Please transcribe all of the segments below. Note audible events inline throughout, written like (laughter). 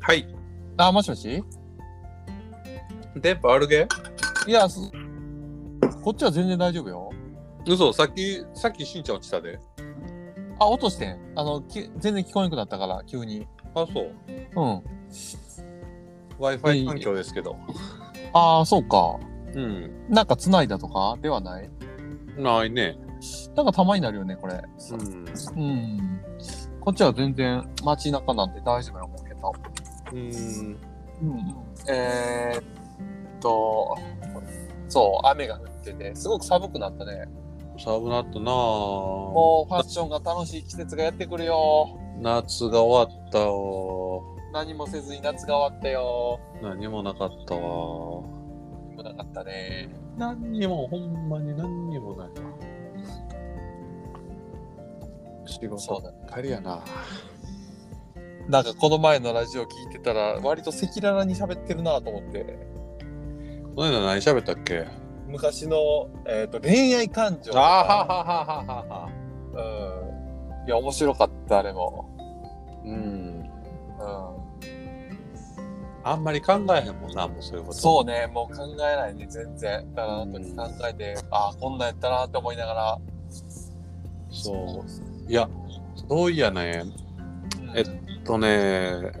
はい。あ、もしもし電波あるげいや、すこっちは全然大丈夫よ。嘘、さっき、さっきしんちゃん落ちたで。あ、落としてん。あの、き全然聞こえなくなったから、急に。あ、そう。うん。 Wi-Fi 環境ですけど。ああ、そうか。うん。なんか繋いだとかではないないね。なんかたまになるよね、これ。うん。うん。こっちは全然街中なんで大丈夫や思うけど。うん。うんうん。えー、っと、そう、雨が降ってて、すごく寒くなったね。寒なったなぁ。もうファッションが楽しい季節がやってくるよ。夏が終わったわ。何もせずに夏が終わったよ。何もなかったわ。何もなかったね。何にも、ほんまに何にもないわ。仕そう事だね。ばっかりやな。なんかこの前のラジオ聞いてたら、割と赤裸々に喋ってるなと思って。この間何喋ったっけ昔の、えー、と恋愛感情とあはかははははは。うん、いや面白かったあれも、うん。うあんまり考えへんもんな、もうそういうこん、と。そうねもう考えないね全然だからあの時考えて、ああこんなんやったなって思いながらそう。いや、そういやね、うんええっとね、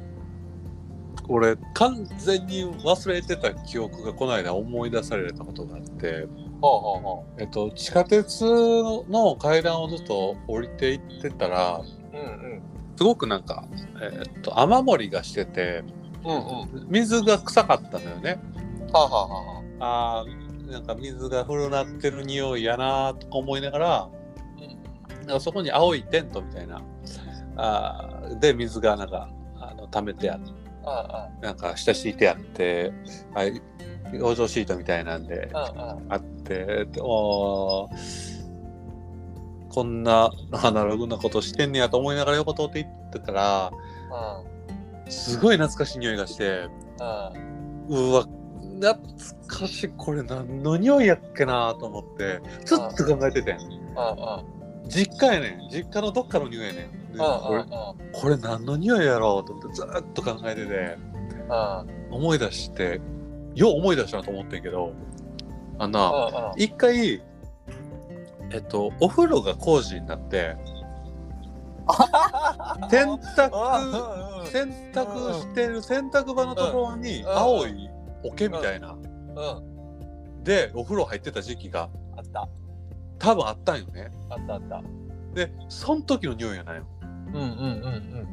俺、完全に忘れてた記憶がこの間思い出されたことがあって、ほうほうほえっと、地下鉄の階段をずっと降りていってたら、ううんうんすごくなんか、えっと、雨漏りがしてて、うんうん水が臭かったのよね。はあ、はあはああはーなんか水が古なってる匂いやなとか思いながら、あ、なんかそこに青いテントみたいなあーで水がなんかあの溜めてあってうんなんか下敷いてあってあい養生シートみたいなんでうんうんうんあってでおーこんなアナログなことしてんねやと思いながら横通って行ってたらすごい懐かしい匂いがしてうんうわ懐かしいこれ何の匂いやっけなと思ってずっと考えててんうん実家やねん実家のどっかの匂いやねんでこうんうんうんれこれ何の匂いやろうと思ってずーっと考えててうんうん思い出してよう思い出したなと思ってんけどあんなうん一回えっとお風呂が工事になって洗濯うんうん洗濯してる洗濯場のところに青い桶みたいなうんでお風呂入ってた時期があった多分あったんよねあったあったでその時の匂いやないようんうんうんうん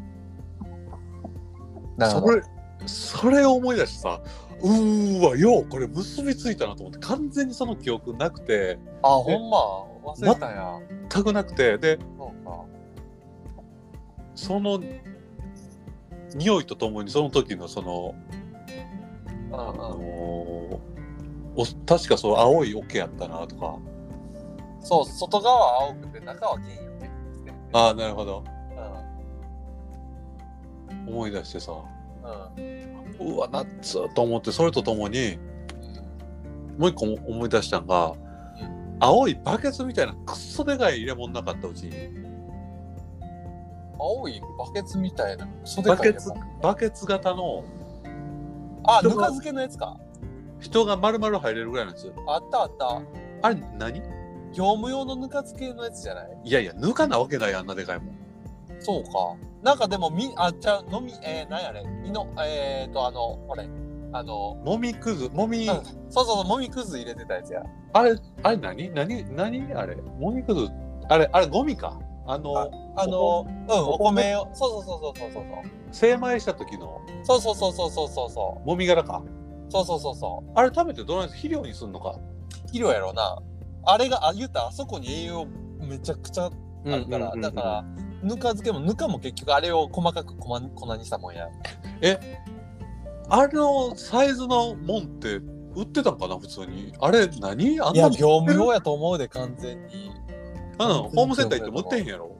なるそほどれそれを思い出してさうーわようこれ結びついたなと思って完全にその記憶なくてあほんま忘れたんや全くなくてでそうかその匂いとともにその時のその、あのーうんうんお確かそう青い桶やったなとかそう外側は青くて中は金よねああなるほどうん思い出してさうんうわナッツと思ってそれとともにうんもう一個思い出したんが、青いバケツみたいなくっそでかい入れ物なかったうちに青いバケツみたいな袖バケツバケツ型のあぬか漬けのやつか人が丸々入れるぐらいのやつあったあったあれ何業務用のぬか漬けのやつじゃないいやいやぬかなわけないやんあんなでかいもんそうかなんかでもみあちゃう飲みえー、なんやあれいのえー、とあのこれあのもみくずもみ、うんそうそうそうもみくず入れてたやつやあれ、あれ何何何あれもみくず、あれ、あれゴミか。あの、あのうんお米をそうそうそうそうそう精米した時のそうそうそうそうそうそうそうもみ殻か。そうそうそうそうあれ食べてどうなんです肥料にすんのか。肥料やろうなあれがあ言うたらあそこに栄養めちゃくちゃあるから、だからぬか漬けもぬかも結局あれを細かく粉に粉にしたもんやら。あれのサイズのもんって売ってたんかな、普通に。あれ何あんいやなの業務用やと思うで完全にあんなのホームセンター行っても売ってへんやろ。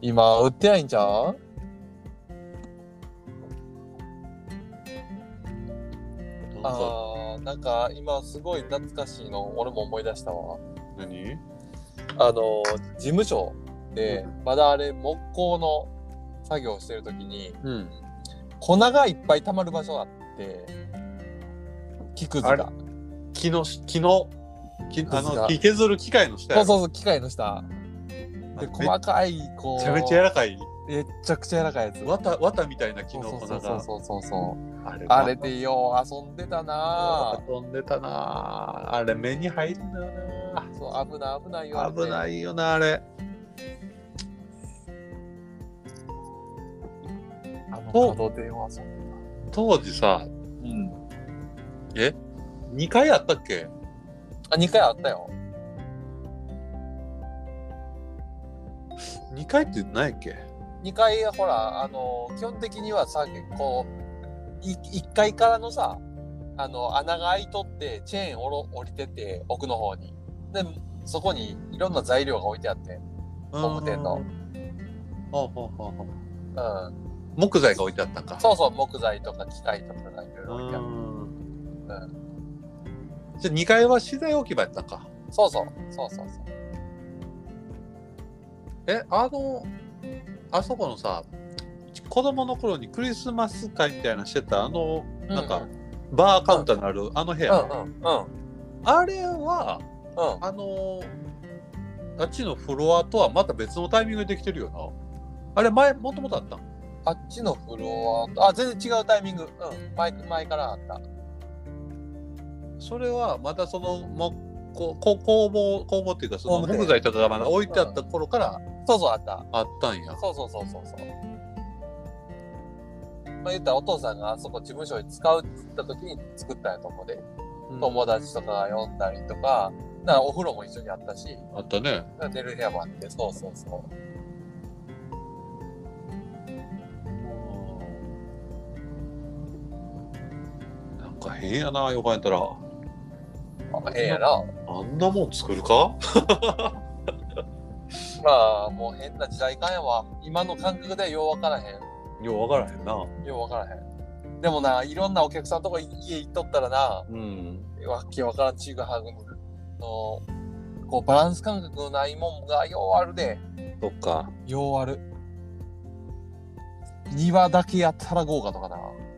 今売ってないんちゃうなんかあーなんか今すごい懐かしいの俺も思い出したわ何あの事務所でまだあれ木工の作業してる時にうん。粉がいっぱい溜まる場所があって木くずあれが木のし木の木あくずのが木削る機械の下そやうそうそう機械の下めで細かいこうめちゃめちゃ柔らかいめっちゃくちゃ柔らかいやつ綿綿みたいな木そうのそ粉うそうそうがそうそうそうあれあれでよう遊んでたなぁ飛んでたなああれ目に入るんだよなそう危ない危ないよ危ないいよなあれあのお角でよう遊んで当時さたうん2回あったっけあ2回あったよ2回ってないっけ2回ほらあの基本的にはさこう1階からのさあの穴が開いとってチェーンおろ降りてて奥の方にでそこにいろんな材料が置いてあって、工務店のあああああうん、木材が置いてあったんかそうそう木材とか機械とかがいろいろ置いてあってうんじゃあ2階は資材置き場やったんかそうそうそうそうそうえあのあそこのさ子供の頃にクリスマス会みたいなのしてたあのなんかバーカウンターのあるあの部うん屋、うんうんあれはうんあのあっちのフロアとはまた別のタイミングでできてるよなあれ前もともとあったんあっちのフロアとあ全然違うタイミングうん前前からあったそれはまたそのもここ工房工房っていうかその工務店木材とかがまだ置いてあった頃からそうそうあったあったんやそうそうそうそうそう。まあ言ったらお父さんがあそこ事務所に使うって言った時に作ったんやと思うで、友達とかが呼んだりとか、だからお風呂も一緒にあったし、あったね寝る部屋もあって、そうそうそう。なんか変やな呼ばれたらまあ、変やな。あんなもん作るかまあ、もう変な時代感やわ。今の感覚ではようわからへん。よう分からへんなようわからへん。でもな、いろんなお客さんとか家行っとったらな、うんわっけわからんちぐはぐの、こう、バランス感覚のないもんがようあるで。そっかようある庭だけやったら豪華とかな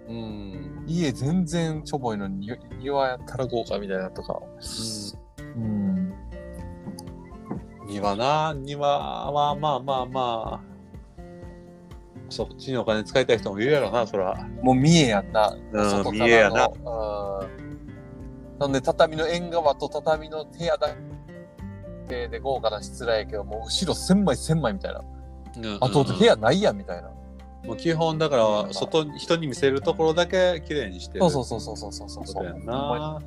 うん家全然ちょぼいのに庭やったら豪華みたいなとかうん庭な庭はまあまあまあそっちにお金使いたい人もいるやろなそらもう見えやんなうん外からの見えやなうんなんで畳の縁側と畳の部屋だけで豪華なしつらやけどもう後ろ千枚千枚みたいなあと部屋ないやんみたいな、もう基本だから外に人に見せるところだけ綺麗にしてるそうそううそうそうそうそうそうやなうんま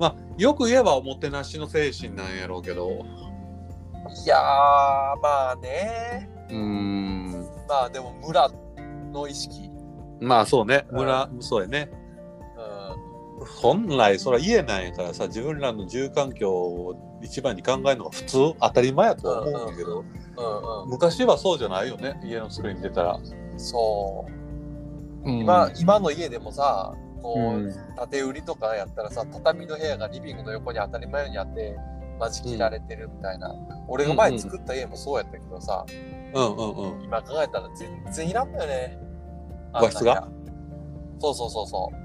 あよく言えばおもてなしの精神なんやろうけどいやーまあねうんまあでも村の意識まあそうねうん村、そうやねう本来それは家なんやからさ自分らの住環境を一番に考えるのが普通当たり前やとは思うんだけど、んうんう昔はそうじゃないよね家の作り見てたら、んそう、うん今今の家でもさこう、うん建て売りとかやったらさ畳の部屋がリビングの横に当たり前にあって間仕切られてるみたいな、俺が前作った家もそうやったけどさ、うんうんうん今考えたら全然いらんのよね和室があんなんやそうそうそうそう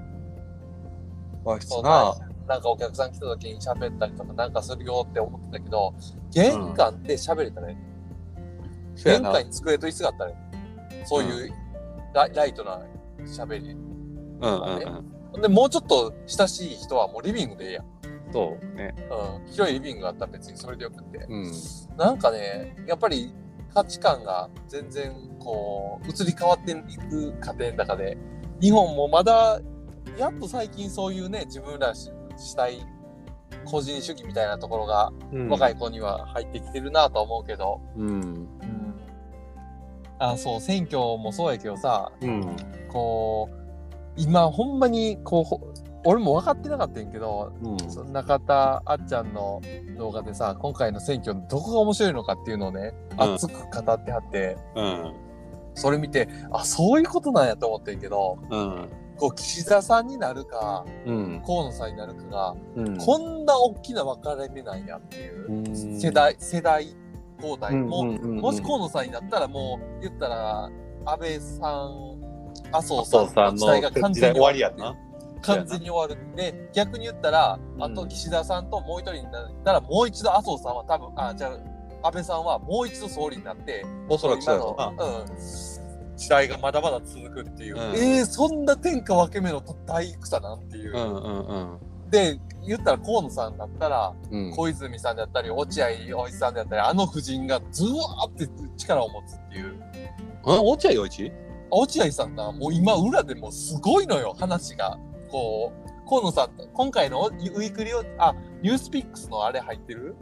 和そ室うなななんかお客さん来た時に喋ったりとかなんかするよって思ってたけど玄関で喋れたね、そうや玄な関に机と椅子があったねそういうラ,、ライトな喋りうんうんうんでもうちょっと親しい人はもうリビングでええやん、そうねうん、広いリビングがあったら別にそれでよくって、うんなんかねやっぱり価値観が全然こう移り変わっていく過程の中で日本もまだやっと最近そういうね自分らししたい個人主義みたいなところがうん若い子には入ってきてるなとは思うけど、うんあそう選挙もそうやけどさうんこう今ほんまにこうほ俺も分かってなかったんやけどうんその中田あっちゃんの動画でさ今回の選挙のどこが面白いのかっていうのをねうん熱く語ってはって、うんそれ見てあそういうことなんやと思ってんけどうんこう岸田さんになるかうん河野さんになるかが、うんこんな大きな分かれ目なんやっていうう、ん世代世代交代も、うんうんうんうんもし河野さんになったらもう言ったら安倍さん麻そ生さうさんんの時代のが完時全代に終わりやんな。完全に終わる。で、逆に言ったら、あうとん岸田さんともう一人になったら、もう一度麻生さんは多分、あ、じゃあ安倍さんはもう一度総理になって、おそらくそう今やろうな。の、うん、時代がまだまだ続くっていう。うんえー、そんな天下分け目の大戦なんていう。うんうんで、言ったら河野さんだったら、うん。うん小泉さんだったり、落合陽一さんだったり、あの夫人がずわーって力を持つっていう。あ落合陽一落合さんがもう今裏でもうすごいのよ話がこう河野さん今回のウィークリーをあニュースピックスのあれ入ってる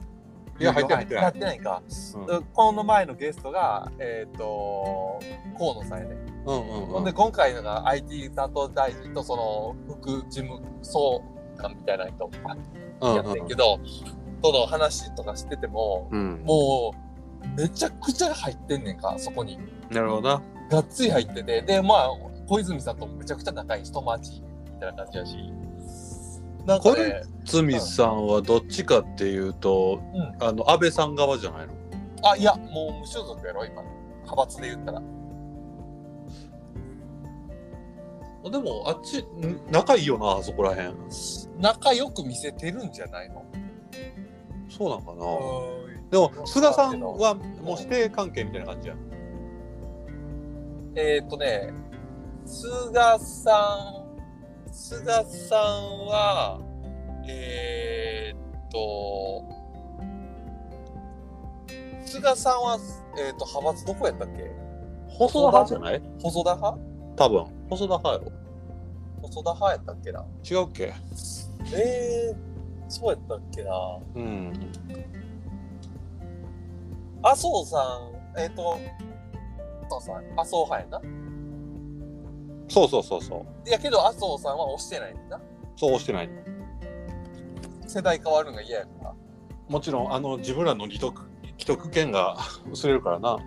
いや入ってないやってないか、うんこの前のゲストがえっ、と河野さんやね、うんうんほんうでん。今回のが IT 担当大臣とその副事務総監みたいな人うんやってんけど、との話とかしててもうん。もうめちゃくちゃ入ってんねんかそこに。なるほどな。がっつり入ってて、で、まあ、小泉さんともめちゃくちゃ仲いいし、友達みたいな感じやし。なんかこねれ、堤さんはどっちかっていうと、うんあの安倍さん側じゃないのあ、いや、もう無所属やろ、今。派閥で言ったら。でもあっちん仲いいよなあそこらへん仲良く見せてるんじゃないのそうなんかな、うんでも菅さんはもう師弟関係みたいな感じやんえーっとね、菅さん、菅さんは、えーっと、菅さんは、えーっと、派閥どこやったっけ細田派じゃない細田派多分細田派や細田派やったっけなろ違うっけえー、そうやったっけなうん麻生さんえっ、と麻生さん麻生派やなそうそうそうそういやけど麻生さんは押してないねんなそうしてない世代変わるのが嫌やからもちろんあの自分らの利得既得権が (laughs) 薄れるからな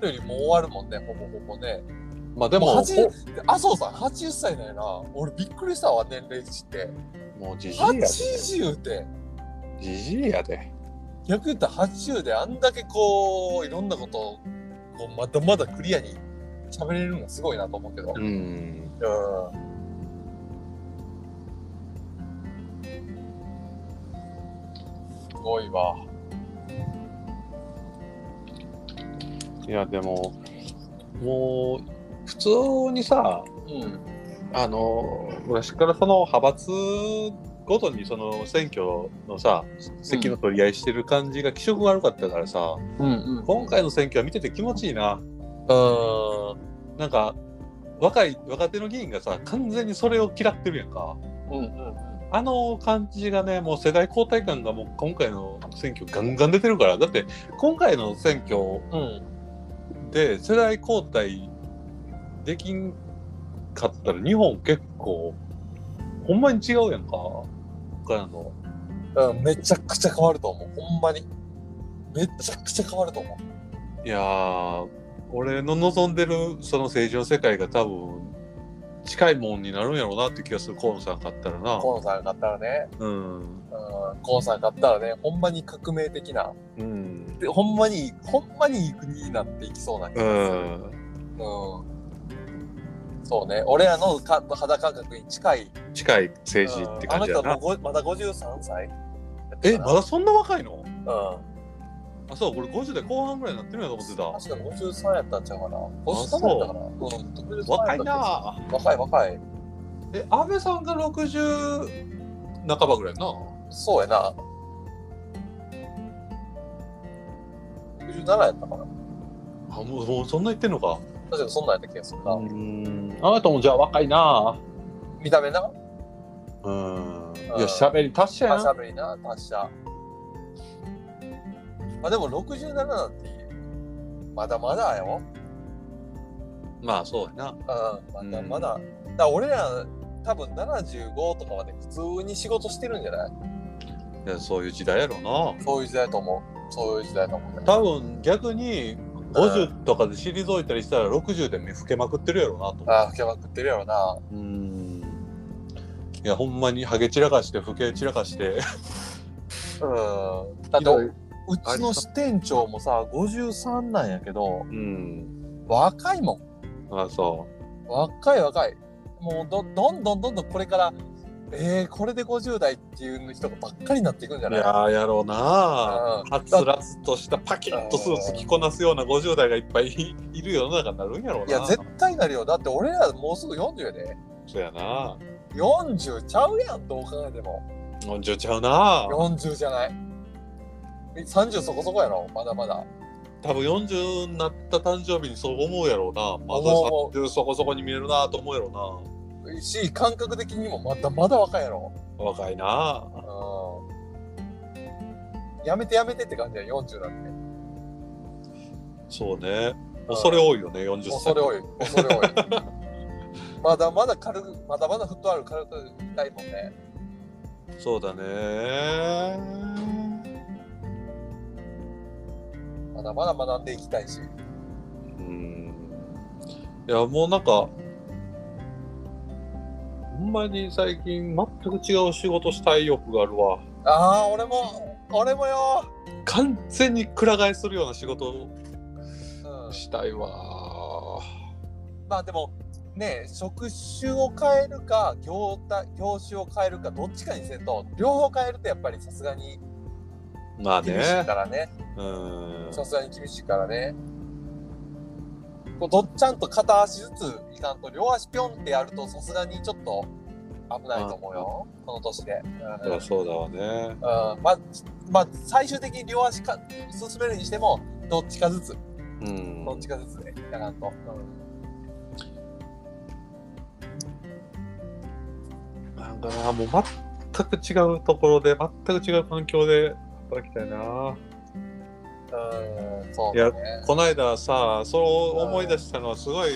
というよりもう終わるもんねほぼほぼねまあででもも80麻生さん80歳なんやな俺びっくりしたわ年齢知っておもうじじいやで80ってじじいやで逆に言ったら80であんだけこういろんなことをこうまだまだクリアに喋れるのがすごいなと思うけどうんうすごいわ。いやでももう普通にさうん。あの昔からその派閥ごとにその選挙のさ席の取り合いしてる感じが気色悪かったからさ、うんうん。今回の選挙は見てて気持ちいいなうなんか若い若手の議員がさ完全にそれを嫌ってるやんかんうん。あの感じがねもう世代交代感がもう今回の選挙ガンガン出てるからだって今回の選挙うん。で世代交代できんかったら日本結構ほんまに違うやんかからのうん。めちゃくちゃ変わると思う。ほんまに。めちゃくちゃ変わると思いやー俺の望んでるその政治の世界が多分近いもんになるんやろうなって気がする河野さん勝ったらう。な河野さん買ったらね。うんうん。河野さん買ったらね、ほんまに革命的な。うんで、ほんまに、ほんまにいい国になっていきそうな気うがする。んうん。そうね。俺らのか肌感覚に近い近い政治って感じやなあの人はもうごまだ53歳えまだそんな若いのうん。あそう俺50代後半ぐらいになってるんやと思ってた確か53やったんちゃうかな。53やったかな。うん。53若いやったな気がする若い若い。え安倍さんが60半ばぐらいやなそうやな。67やったかな。あもうもうそんな言ってんのか確かにそんなんやった気がするな。んあなたもじゃあ若いな見た目な。うんいうんや喋り達者やあ、しゃなべりな、達者。まあでも67なんて、まだまだよ。まあそうやなうん。まだまだ。だから俺ら、多分75とかまで普通に仕事してるんじゃないいやそういう時代やろうなそういう時代だと思う。そういう時代だと思うね。多分逆に50とかで退いたりしたら60で目ふけまくってるやろうなと思うああ、吹けまくってるやろな。うんいやほんまにハゲ散らかしてふけ散らかしてうん。だって、 (laughs) うちの支店長もさ、53なんやけうど、ん若いもん。あそう若い若い。もうどどんどんどんどんこれから、えー、これで50代っていう人がばっかりになっていくんじゃいないやーやろうなうはんつらつとしたパキッとスーツ着こなすような50代がいっぱい (laughs) いいる世の中になるんやろういなや、絶対なるよ。だって俺らもうすぐ40やで。そうやな40ちゃうやん、どう考えても。 40ちゃうな40じゃない。え30そこそこやろ、まだまだ。多分40になった誕生日にそう思うやろうなまだ思う30そこそこに見えるなと思うやろし、感覚的にもまだまだ若いやろ。うな若いなうん。やめてやめてって感じや、40なんて。そうね恐れ多いよね40歳恐れ多い、恐れ多い。 (laughs) まだまだ軽く、まだまだフットワール軽くいきたいもんね。そうだねまだまだ学んでいきたいし。うんいやもうなんかほんまに最近全く違う仕事したい欲があるわああ、俺も、俺もよ。完全にくら替えするような仕事をうんしたいわまあでもね職種を変えるか業態業種を変えるかどっちかにせんと両方変えるとやっぱりさすがにまあ厳しいねからねうんさすがに厳しいからねこうどっちゃんと片足ずついかんと両足ぴょんってやるとさすがにちょっと危ないと思うよこの年で、そりゃそうだわねうんうんまあまあ最終的に両足か進めるにしてもどっちかずつうんどっちかずつねやらんと、うんなんかなもう全く違うところで全く違う環境で働きたいなうんそうだねこの間さそれを思い出したのはすごい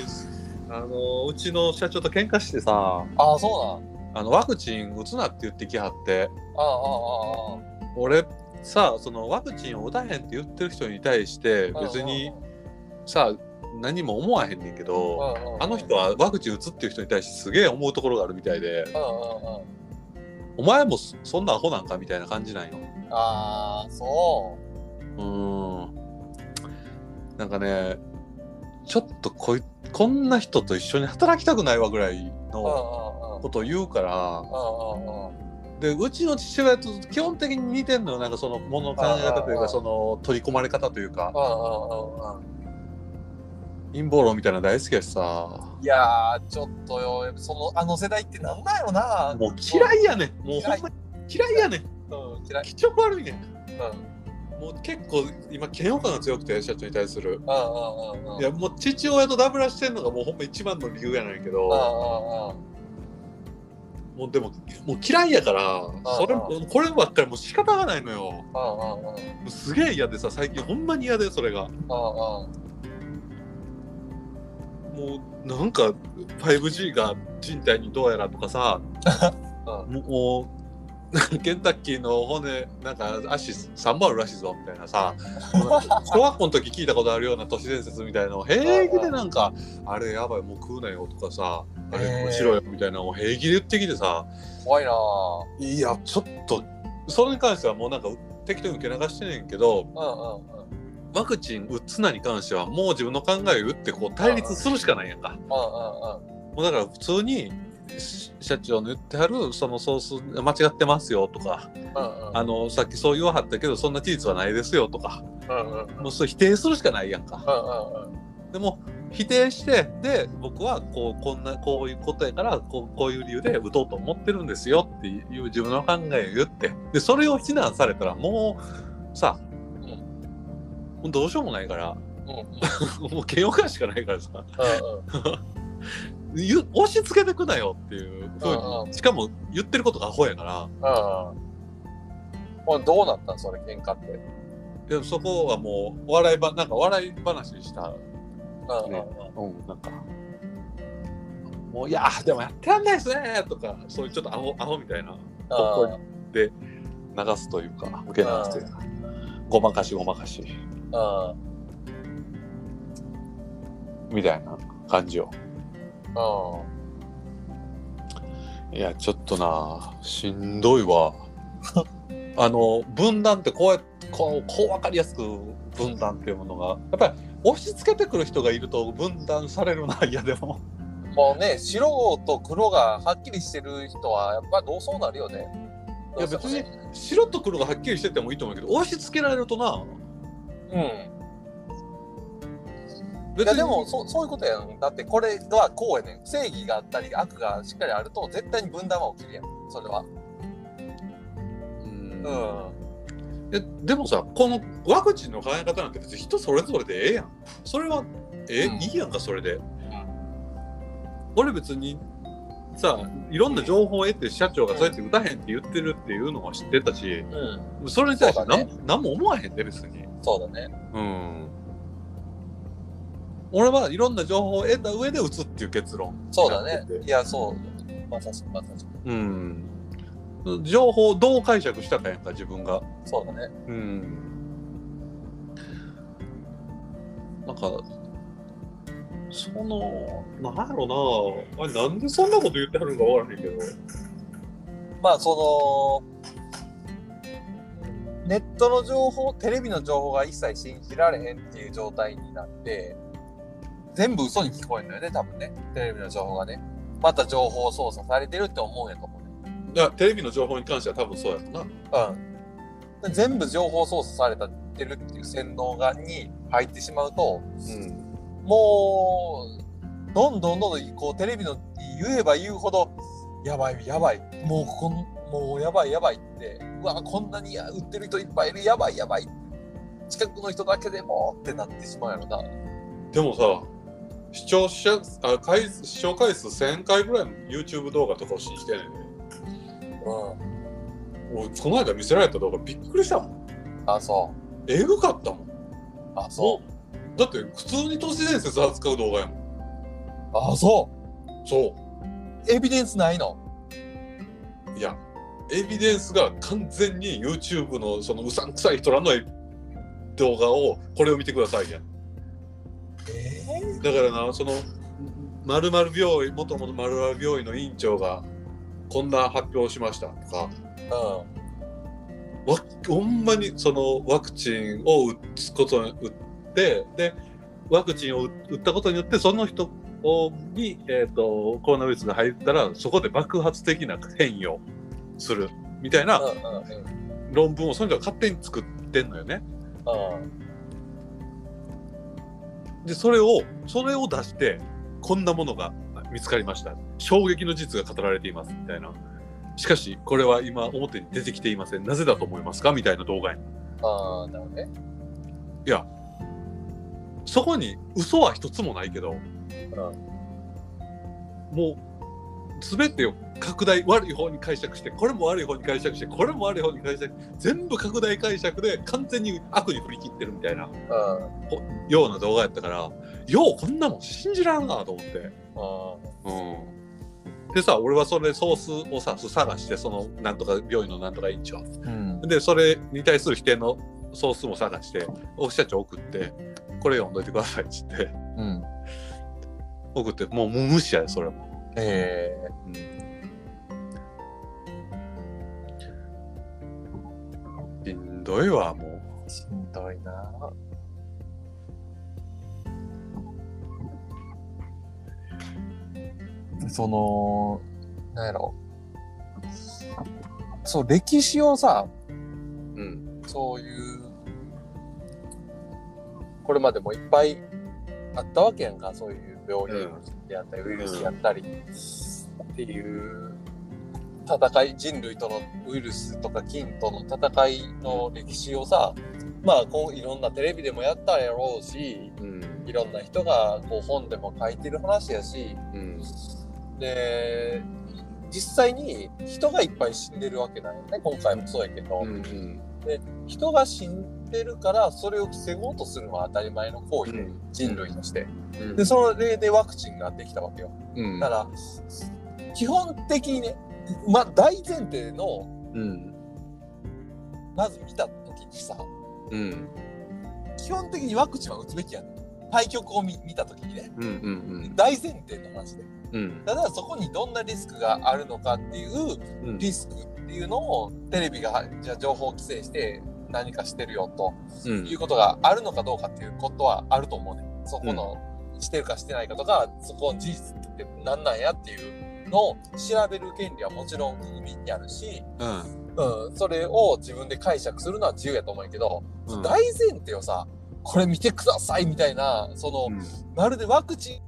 あのうちの社長と喧嘩してさああそうなんあのワクチン打つなって言ってきはってああああああ俺さそのワクチンを打たへんって言ってる人に対して別にさ何も思わへんねんけうんどうんうん、あの人はワクチン打つっていう人に対してすげえ思うところがあるみたいでうんうんうんお前もそそんなアホなんかみたいな感じなんよ。ああそーうんなんかねちょっとこいこんな人と一緒に働きたくないわぐらいううんのことを言うからうんうんうんうんでうちの父親と基本的に似てんのよなんかそのものの考え方というあかあああその取り込まれ方というかうんうんうん陰謀論みたいなの大好きやしさいやーちょっとよそのあの世代ってなんだよなもう嫌いやねんもうほんまに嫌いやねんうん嫌い気色悪いねんうんもう結構今嫌悪感が強くて社長に対するうんうんうんうんいやもう父親とダブらしてんのがもうほんま一番の理由やないけどうんうんうんもうでももう嫌いやからそれもこればっかりもう仕方がないのよもうんうんうんうんうすげえ嫌でさ最近ほんまに嫌でそれがうんもうなんか 5G が人体にどうやらとかさうんもうなんかケンタッキーの骨なんか足3本あるらしいぞみたいな (laughs) さ小学校の時聞いたことあるような都市伝説みたいなのを平気でなんか「あれやばいもう食うなよ」とかさ「あれへー面白いよ」みたいなのを平気で言ってきてさ怖いないや、ちょっと、それに関してはもうなんか適当に受け流してんねんけど、うんうんうんワクチン打つなに関しては、もう自分の考えを打ってこう対立するしかないやんか。うんもうだから普通に、し社長の言ってはる、そのソース間違ってますよとか、うんうんあの、さっきそう言わはったけど、そんな事実はないですよとか、うんうんうんうんもうそれ否定するしかないやんか。うんうんでも、否定して、で、僕はこう、こんな、こういうことやから、こうこういう理由で打とうと思ってるんですよっていう自分の考えを言って、で、それを非難されたら、もう、さ、もうどうしようもないから、 (laughs) うんうんもう嫌悪感しかないからさ、うんうん言う押し付けてくなよっていうふうんううんに、しかも言ってることがアホやから、ほんどうなったんそれ喧嘩ってでそこはもう、笑いば、なんか笑い話にした、うんうんうんうん、なんか、もう、いやー、でもやってらんないですねとか、そういうちょっとアホアホみたいな。うんで流すというか受け流すというかごまかしごまかしうんみたいな感じをうんいやちょっとなしんどい (laughs) わあの分断ってこうやこうこう分かりやすく分断っていうものがやっぱり押し付けてくる人がいると分断されるな嫌でももうね、白と黒がはっきりしてる人は、やっぱどうそうなるよね。いやどうしてもね。白と黒がはっきりしててもいいと思うけど押し付けられるとなうん。い別や、でも、そう、そういうことやん。だって、これはこうやねん。正義があったり、悪がしっかりあると、絶対に分断は起きるやん。それは。うんうえでもさこのワクチンの考え方なんて別に人それぞれでええやんそれはえ、うんいいやんかそれで、俺別にさいろんな情報を得て社長がそうやって打たへんって言ってるっていうのは知ってたしん。うん。それに対してそうだ何,、ね何も思わへんで別にそうだね。うん俺はいろんな情報を得た上で打つっていう結論そうだねなって。ていや、そう。まさしく、まさしく。うん情報をどう解釈したかやんか自分がそうだね。うんなんか、その、なんやろな、あれなんでそんなこと言ってはるんかわからへんけど。まあ、その、ネットの情報、テレビの情報が一切信じられへんっていう状態になって、全部嘘に聞こえるんだよね、多分ね。テレビの情報がね。また情報操作されてるって思うんやと思うね。いや、テレビの情報に関しては多分そうやろな。うん。全部情報操作されてるっていう洗脳がに入ってしまうと、うん。もう、どんどんどんどん、こう、テレビの言えば言うほど、やばい、やばい、もうこん、もうやばい、やばいって、うわ、こんなに売ってる人いっぱいいる、やばい、やばい、近くの人だけでもってなってしまうやろな。でもさ、視聴者、あ回数視聴回数1000回ぐらいの YouTube 動画とかを信じてんねんね。うん。俺、この間見せられた動画びっくりしたもん。あ、そえぐかったもん。う。あ、そもうだって、普通に都市伝説扱う動画やもん。う。あ、そそう。う。エビデンスないの。いや、エビデンスが完全に YouTube のそのうさんくさい人らの動画を、これを見てくださいやん。ええだからな、その、まる病院、元々まる病院の院長が、こんな発表をしましたとか、うん。わほんまにそのワクチンを打つことに打って、で、ワクチンを打打ったことによって、その人をに、えー、とコロナウイルスが入ったら、そこで爆発的な変異をするみたいなうんうんうん。論文をその人が勝手に作ってんのよね。うん。でそれをそれを出してこんなものが見つかりました衝撃の事実が語られていますみたいなしかしこれは今表に出てきていませんなぜだと思いますかみたいな動画やああ、なるほどね。そこに嘘は一つもないけど、もう全てを拡大悪い方に解釈してこれも悪い方に解釈してこれも悪い方に解釈全部拡大解釈で完全に悪に振り切ってるみたいなうん。ような動画やったからようこんなもん信じらんなと思って。うん。うん、でさ俺はそれソースをさ探してそのなんとか病院のなんとか院長うん。でそれに対する否定のソースも探してお社長送ってこれ読んどいてくださいっつってうん。送ってもうもう無視やでそれもええしんどいわもしんどいな。その、なんやろ。そう、歴史をさ、う、うん、そういう、これまでもいっぱいあったわけやんか、そういう病院であったり、ウイルスであったり、っていう戦い、人類とのウイルスとか菌との戦いの歴史をさ、まあこういろんなテレビでもやったやろうし、うんいろんな人がこう本でも書いてる話やし、うんで、実際に人がいっぱい死んでるわけだよね、今回もそうやけど。うん人が死んでるからそれを防ごうとするのは当たり前の行為で、うん人類としてうんでそれでワクチンができたわけようんだから基本的にね、まあ、大前提のうんまず見た時にさうん基本的にワクチンは打つべきやね対局を見見た時にねうんうん大前提の話でうんただそこにどんなリスクがあるのかっていううんリスクっていうのをテレビがじゃあ情報規制して何かしてるよとうんいうことがあるのかどうかっていうことはあると思うね。そこの、してるかしてないかとか、そこの事実ってなんなんやっていうのを調べる権利はもちろん国民にあるし、うんうん、それを自分で解釈するのは自由やと思うけど、うん大前提をさこれ見てくださいみたいなその、うんまるでワクチン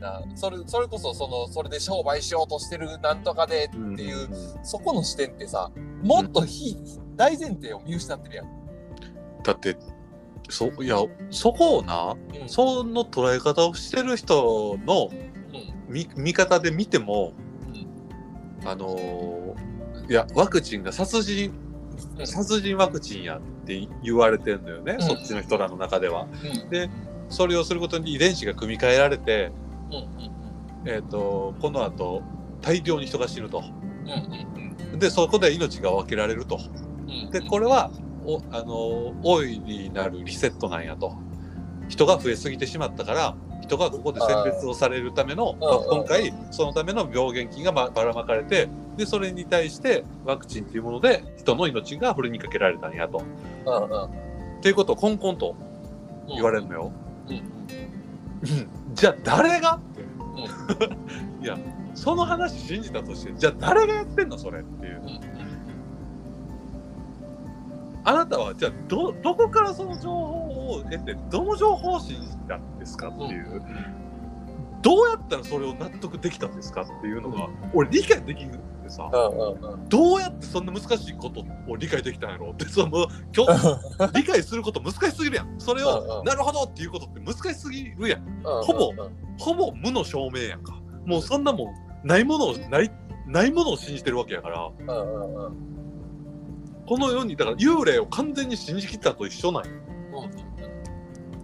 なそれそれこそそのそれで商売しようとしてるなんとかでっていう、そこの視点ってさもっと非、大前提を見失ってるやん。だってそいやそこをなうんその捉え方をしてる人のうん見見方で見ても、あのーいやワクチンが殺人うん殺人ワクチンやって言われてんのよね、うんそっちの人らの中では。うんでそれをすることに遺伝子が組み替えられて、うんえー、とこのあと大量に人が死ぬと。うんうんでそこで命が分けられると。うんでこれはおあの大いになるリセットなんやと人が増えすぎてしまったから人がここで選別をされるためのんまあ今回そのための病原菌がばばらまかれてでそれに対してワクチンというもので人の命が振りにかけられたんやと。うんうんっていうことをコンコンとうん言われるのよ。うんうん (laughs) じゃあ誰がって (laughs) う。いやその話信じたとしてじゃあ誰がやってんのそれっていう。うんうんあなたはじゃあどどこからその情報を得てどの情報を信じたんですかっていう、どうやったらそれを納得できたんですかっていうのが、う俺理解できんくてさ、うんうんうんどうやってそんな難しいことを理解できたんやろうってその (laughs) 今日理解すること難しすぎるやんそれを、うんうんなるほどっていうことって難しすぎるやんほほぼほぼ無の証明やんかもうそんなもんないものをないないものを信じてるわけやからうんうんうんうんこの世にだから幽霊を完全に信じきったと一緒なんやう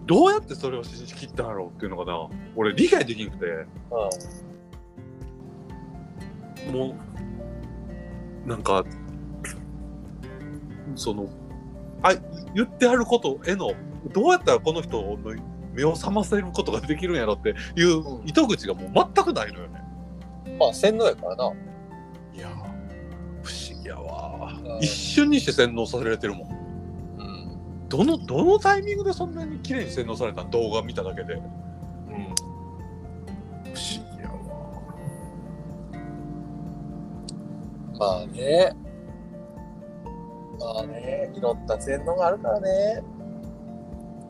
んどうやってそれを信じ切ったんだろうっていうのがな俺理解できなくてもうなんかそのあ言ってあることへのどうやったらこの人の目を覚ませることができるんやろっていううん糸口がもう全くないのよね。まあ洗脳やからな。いやー不思議やわー、うん一瞬にして洗脳されてるもん。うん。どのどのタイミングでそんなに綺麗に洗脳されたん動画見ただけで。うん。不思議やわまあね。まあね。いろんな洗脳があるからね。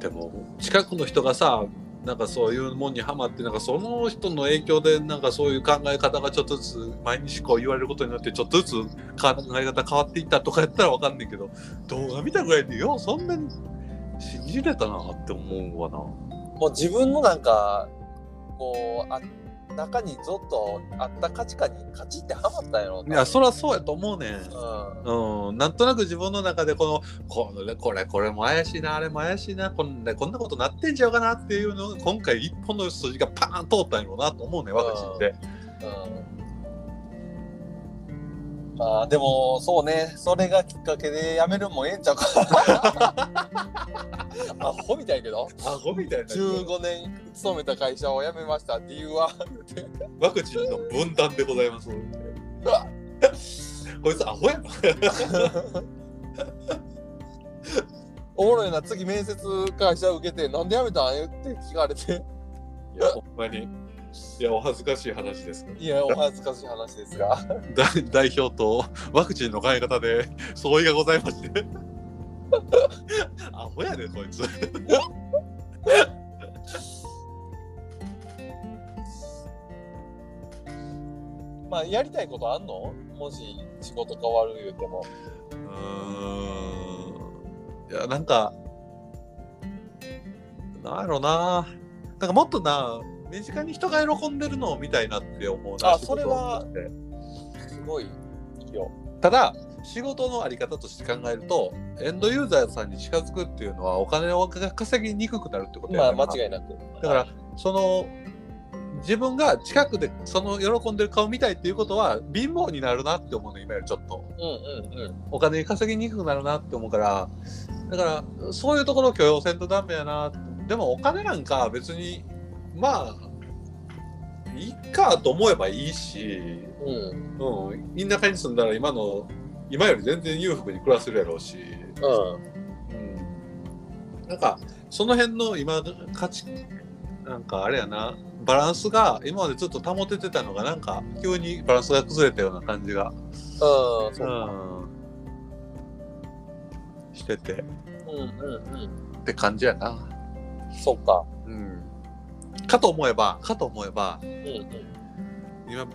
でも近くの人がさなんかそういうもんにはまってなんかその人の影響でなんかそういう考え方がちょっとずつ毎日こう言われることによってちょっとずつ考え方変わっていったとかやったらわかんないけど動画見たぐらいでようそんなに信じれたなって思うわな。もう自分のなんか、こう、あ中にゾッとあった価値観にカチってはまったんやろういな。やそりゃそうやと思うねん。ううん、なんとなく自分の中でこのこれこれこれも怪しいなあれも怪しいなこんなこんなことなってんちゃうかなっていうのが今回一本の筋がパーン通ったんやろうなと思うねワクチンで。ん。うん。まあでも、そうね。それがきっかけでやめるんもええんちゃうか。 (laughs) アホみたいやけど。アホみたいな15年勤めた会社を辞めました理由はワクチンの分断でございます。わこいつアホやな。おもろいな次面接会社受けてなんで辞めたんって聞かれて (laughs) いや、ほんまに。いや、お恥ずかしい話です。いやお恥ずかしい話ですが (laughs) だ代表とワクチンの買い方で相違がございまして。アホやで、こいつ。まあやりたいことあんのもし仕事変わる言うてもうーん。いや、なんか、なんやろな。なんかもっとな、身近に人が喜んでるのを見たいなって思うな。あそれは仕事をしててすごいいいよただ仕事のあり方として考えるとエンドユーザーさんに近づくっていうのはお金を稼ぎにくくなるってことまやあねんな間違いなくだからその自分が近くでその喜んでる顔見たいっていうことは貧乏になるなって思うの今よりちょっとうんうんうんお金稼ぎにくくなるなって思うからだからそういうところを許容せんとダメやなでもお金なんか別にまあいいかと思えばいいしうんうん、田舎に住んだら今の今より全然裕福に暮らせるやろうし、うんうん、なんかその辺の今価値なんかあれやなバランスが今までずっと保ててたのがなんか急にバランスが崩れたような感じが、そう、うんん、しててうんうんうんって感じやな、そっかうん、かと思えばかと思えばうんうん今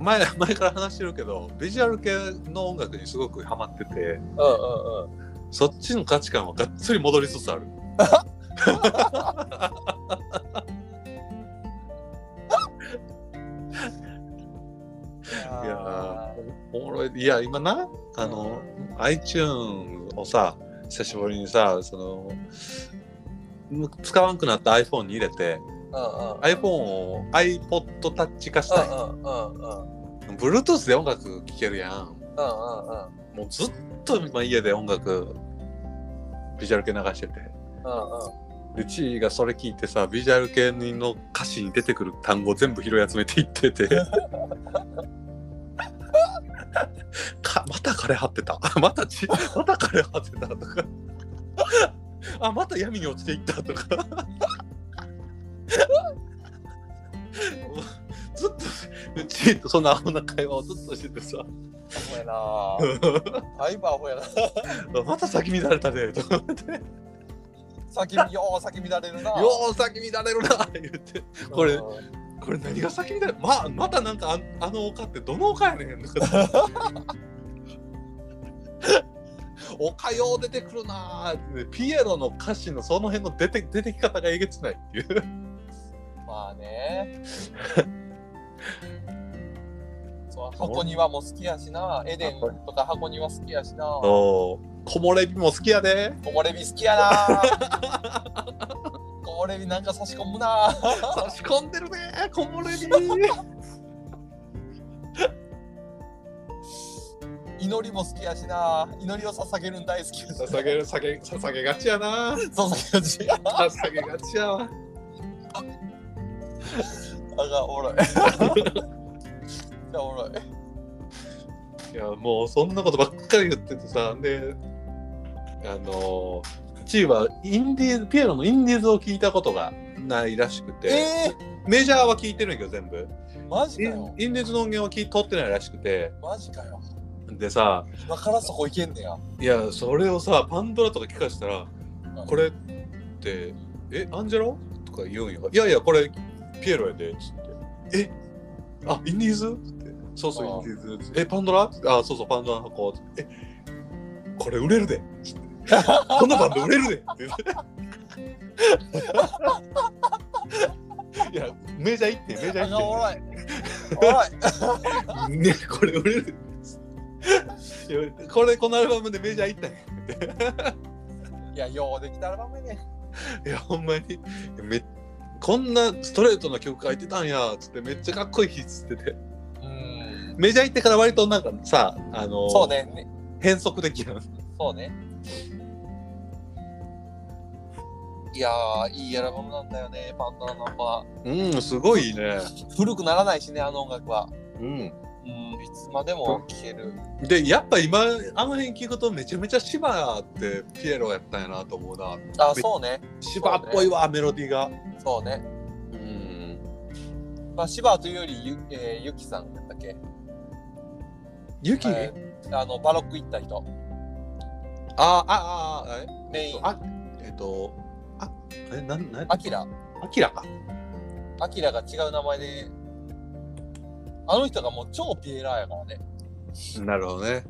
前前から話してるけどビジュアル系の音楽にすごくハマっててうんうんうんそっちの価値観はがっつり戻りつつある。いやーおもろいいや今なあの、iTunes をさ久しぶりにさそのむ使わんくなった iPhone に入れてうんうん iPhone を iPod タッチ化したい、うんうんうんうん Bluetooth で音楽聴けるやんうんうんうんもうずっと今家で音楽ビジュアル系流しててうんうんでちいがそれ聞いてさビジュアル系の歌詞に出てくる単語全部拾い集めていっててかまた枯れ張ってた (laughs) またちまた枯れ張ってたとか (laughs) あまた闇に落ちていったとか (laughs) ずっとうちーとそんなアホな会話をずっとしててさアホやなーだいぶアホやなまた先乱れたねとか思ってよ先よう先乱れるなう先乱れるな言ってこれこれ何が先みたいな、まあ、またなんかああの丘ってどの丘やねんと (laughs) か丘よう出てくるなーってピエロの歌詞のその辺の出て出てき方がえげつないっていうまあね。そう箱庭も好きやしな、エデンとか箱庭好きやしな、こお木漏れ日も好きやでぼれび好きやな。こぼれびなんか差し込むな。差し込んでるねー木漏れ日祈りも好きやしな、祈りを捧げるん大好きやし。 (laughs) 捧げる捧げ捧げがちやなー捧げるし。あ捧げがちやわがおもろい。じゃおもろい。いやもうそんなことばっかり言っててさであのチーはインディーズピエロのインディーズを聞いたことがないらしくて、えメジャーは聞いてるんやけど全部ー、マジかインよ。インディーズの音源は聞い取ってないらしくてマジかよ。でさ今からそこ行けんねや。いやそれをさパンドラとか聞かしたら「これってえアンジェロ?」とか言うんよ「いやいやこれピエロやで」っつって「えあインディーズ?」って「そうそうあイあンディーズ」えパンドラ?」あそうそうパンドラの箱」えこれ売れるで」つっ (laughs) てこのバンド売れるで」っていやメジャー行ってメジャーあがおも行ろい。おもろい。ってねこれ売れるでいやこれこのアルバムでメジャー行ったんやいや、ようできたアルバムやね。いやほんまにめこんなストレートな曲書いてたんやつってめっちゃかっこいいっつっててうん。メジャー行ってから割となんかさあのーそうね。ね変則的なそうね。いやー、いいアルバムなんだよね、パンドラの箱は。うんすごいね古くならないしね、あの音楽は。うんうん、いつまでも聴ける。でやっぱ今あの辺聞くとめちゃめちゃ芝ってピエロやったんやなと思うなあ、そうね。芝っぽいわ、メロディーがそうね。うんまあ、シバというより、ゆ、えー、ゆきさんだったっけユキ、えーあの、バロック行った人。ああああえメイン、あえっとあえなんなんアキラ。アキラかアキラが違う名前で、あの人がもう超ピエラーやからね。なるほどね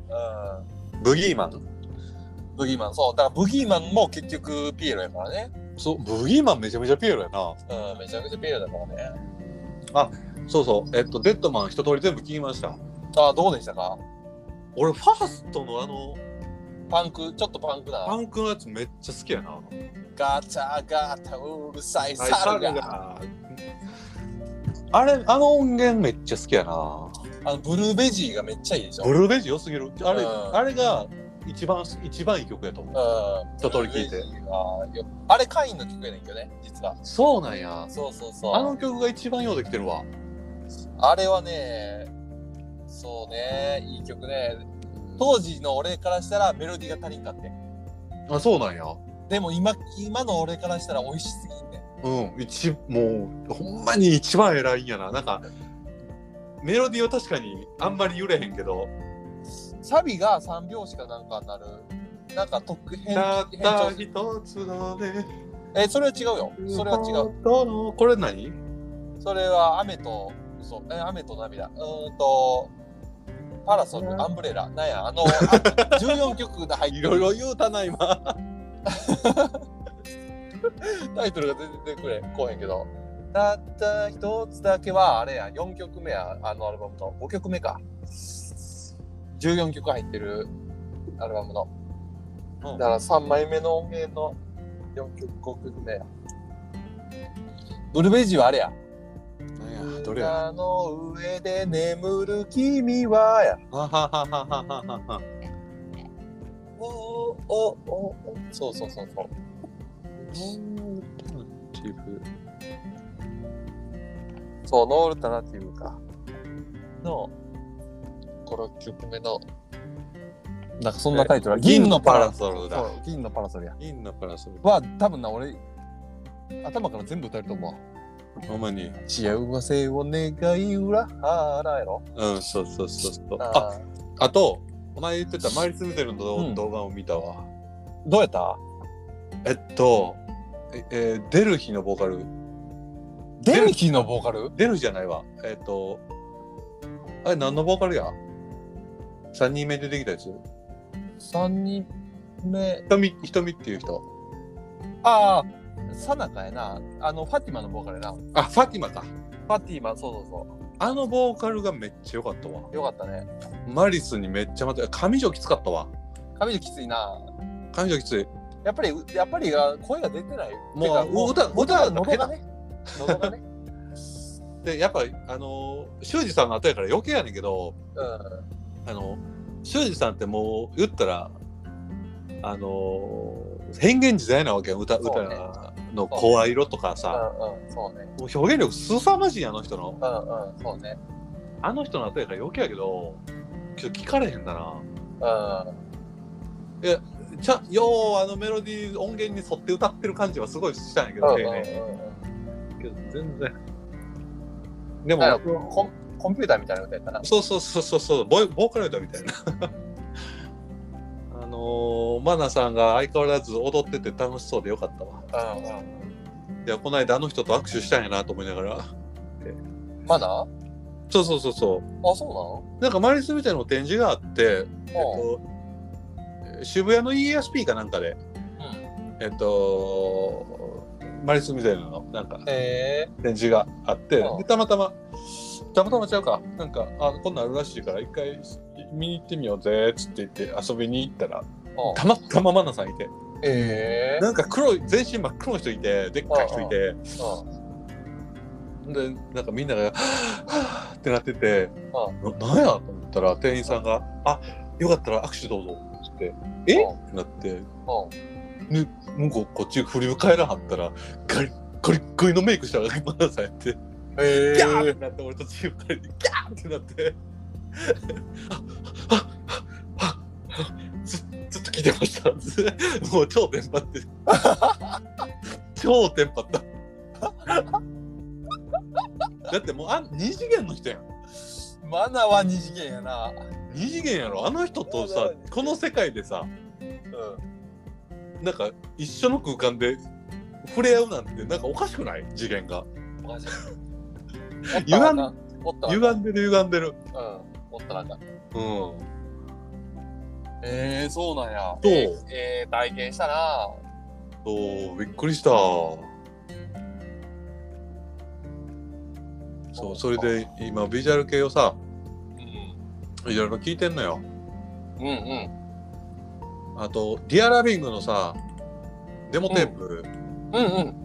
うブギーマンん。ブギーマン、そう。だからブギーマンも結局ピエロやからね。そうブギーマンめちゃめちゃピエロやなうん、めちゃくちゃピエロだからね。そうそう、えっと、デッドマン一通り全部聞きました。あ、どうでしたか俺、ファーストのあの、パンク、ちょっとパンクパな。ンクのやつめっちゃ好きやな。ガチャガタうるさいはい猿猿が。があれ、あの音源めっちゃ好きやな。あのブルーベジーがめっちゃいいでしょ。ブルーベージ良すぎる。あれ、うんあれが一番、一番いい曲やと思う。うん。一通り聞いてブルーベジーはよあれ、カインの曲やねんけどね、実は。そうなんや。そうそうそう。ああの曲が一番ようできてるわ。れはね、そうね、いい曲ね。そ当時の俺からしたらメロディーが足りんかって。うあそうなんや。でも今、今の俺からしたら美味しすぎんねん。うん、一もうほんまに一番偉いんやななんかメロディーは確かにあんまり揺れへんけどサビが3拍子かなんかになるなんか「特変たっ変た調一つのねえそれは違うよそれは違ううこれ何それは雨と嘘え雨と涙うーんとパラソルアンブレラなんやあのあ14曲が入っているろいろ言うたな今タイトルが全然出てくれこうへんけどたった一つだけはあれや4曲目やあのアルバムの5曲目か14曲入ってるアルバムのだから3枚目の音源の4曲5曲目やブルーベージュはあれやなんやどれや草の上で眠る君はやはははははははおおおおそうそうそうそうそう、ノールタナティブか。の、5、6曲目の、なんかそんなタイトルは、銀のパラソルそだう銀のパラソルや。銀のパラソルは、多分な、俺、頭から全部歌えると思う。ほんまに幸せを願い裏腹やろ。うんそうそうそうそうあああとお前言ってたマリス・ミゼルの動,、うん動画を見たわどうやったえっとえ、えーデルヒのボーカルデルキのボーカルデルヒじゃないわえっとあれ何のボーカルや ?3 人目出てきたやつ ?3 人目。瞳瞳っていう人ああ、さなかやな。あの、ファティマのボーカルやな。フあファティマかァティマ、そうそうそあのボーカルがめっちゃ良かったわう。よかったね。マリスにめっちゃまた上条きつかったわ髪の毛きついな。上条きついやっぱり、やっぱりあ声が出てない。もうてか歌歌が喉がね。喉がね。でやっぱあのー修二さんの後やから余計やねんけどうあの修二さんってもう言ったらあのー変幻自在なわけよ歌そうね歌の声色とかさ、んうんうん、そうね。もう表現力凄まじいあの人のうんうん、そうね。あの人の後やから余計やけどちょっと聞かれへんだなうちゃようあのメロディー音源に沿って歌ってる感じはすごいしたんやけど、ん。うんう丁ん寧うんにうけど全然でもだからん。コンコンピューターみたいな歌やったな。そうそうそうそうそうボイボーカルだみたいな (laughs) あのー、マナさんが相変わらず踊ってて楽しそうでよかったわうんうん。いやこの間あの人と握手したんやなと思いながら (laughs) まだあ、そうそうそうそうそうなんかマリスみたいなの展示があって、えっなのと、渋谷の ESP かなんかでうん。うん。えっとマリスみたいなのなんかええ展示があってうんでたまたまたまたまちゃうかなんかあこんなんあるらしいから一回見に行ってみようぜっつって言って遊びに行ったらうんたまたまマナさんいてええなんか黒い全身真っ黒の人いてでっかい人いてうんでなんかみんながはぁはぁってなっててうななんやと思ったら店員さんが「あよかったら握手どうぞ」って言って「えうんっ?」てなってうん。向こうこっち振り返らはったらガリッゴリッゴリのメイクしたらマナさんやってえギャーっえてなって俺とチーム2人でギャーってなってあははははずずっと聞いてましたずもう超テンパって超テンパっただってもうあ二次元の人やんマナは二次元やな。二次元やろあの人とさこの世界でさうん。なんか一緒の空間で触れ合うなんてなんかおかしくない次元がマジ。歪んおったらあかん。歪んでる歪んでるうん。おったらあかうん。んええそうなんや。そうえーえー体験したな。そう、びっくりした。そう、それで今ビジュアル系をさ、うん。いろいろ聞いてんのよ。うんうん。あと、ディアラビングのさ、デモテープ、うんうん。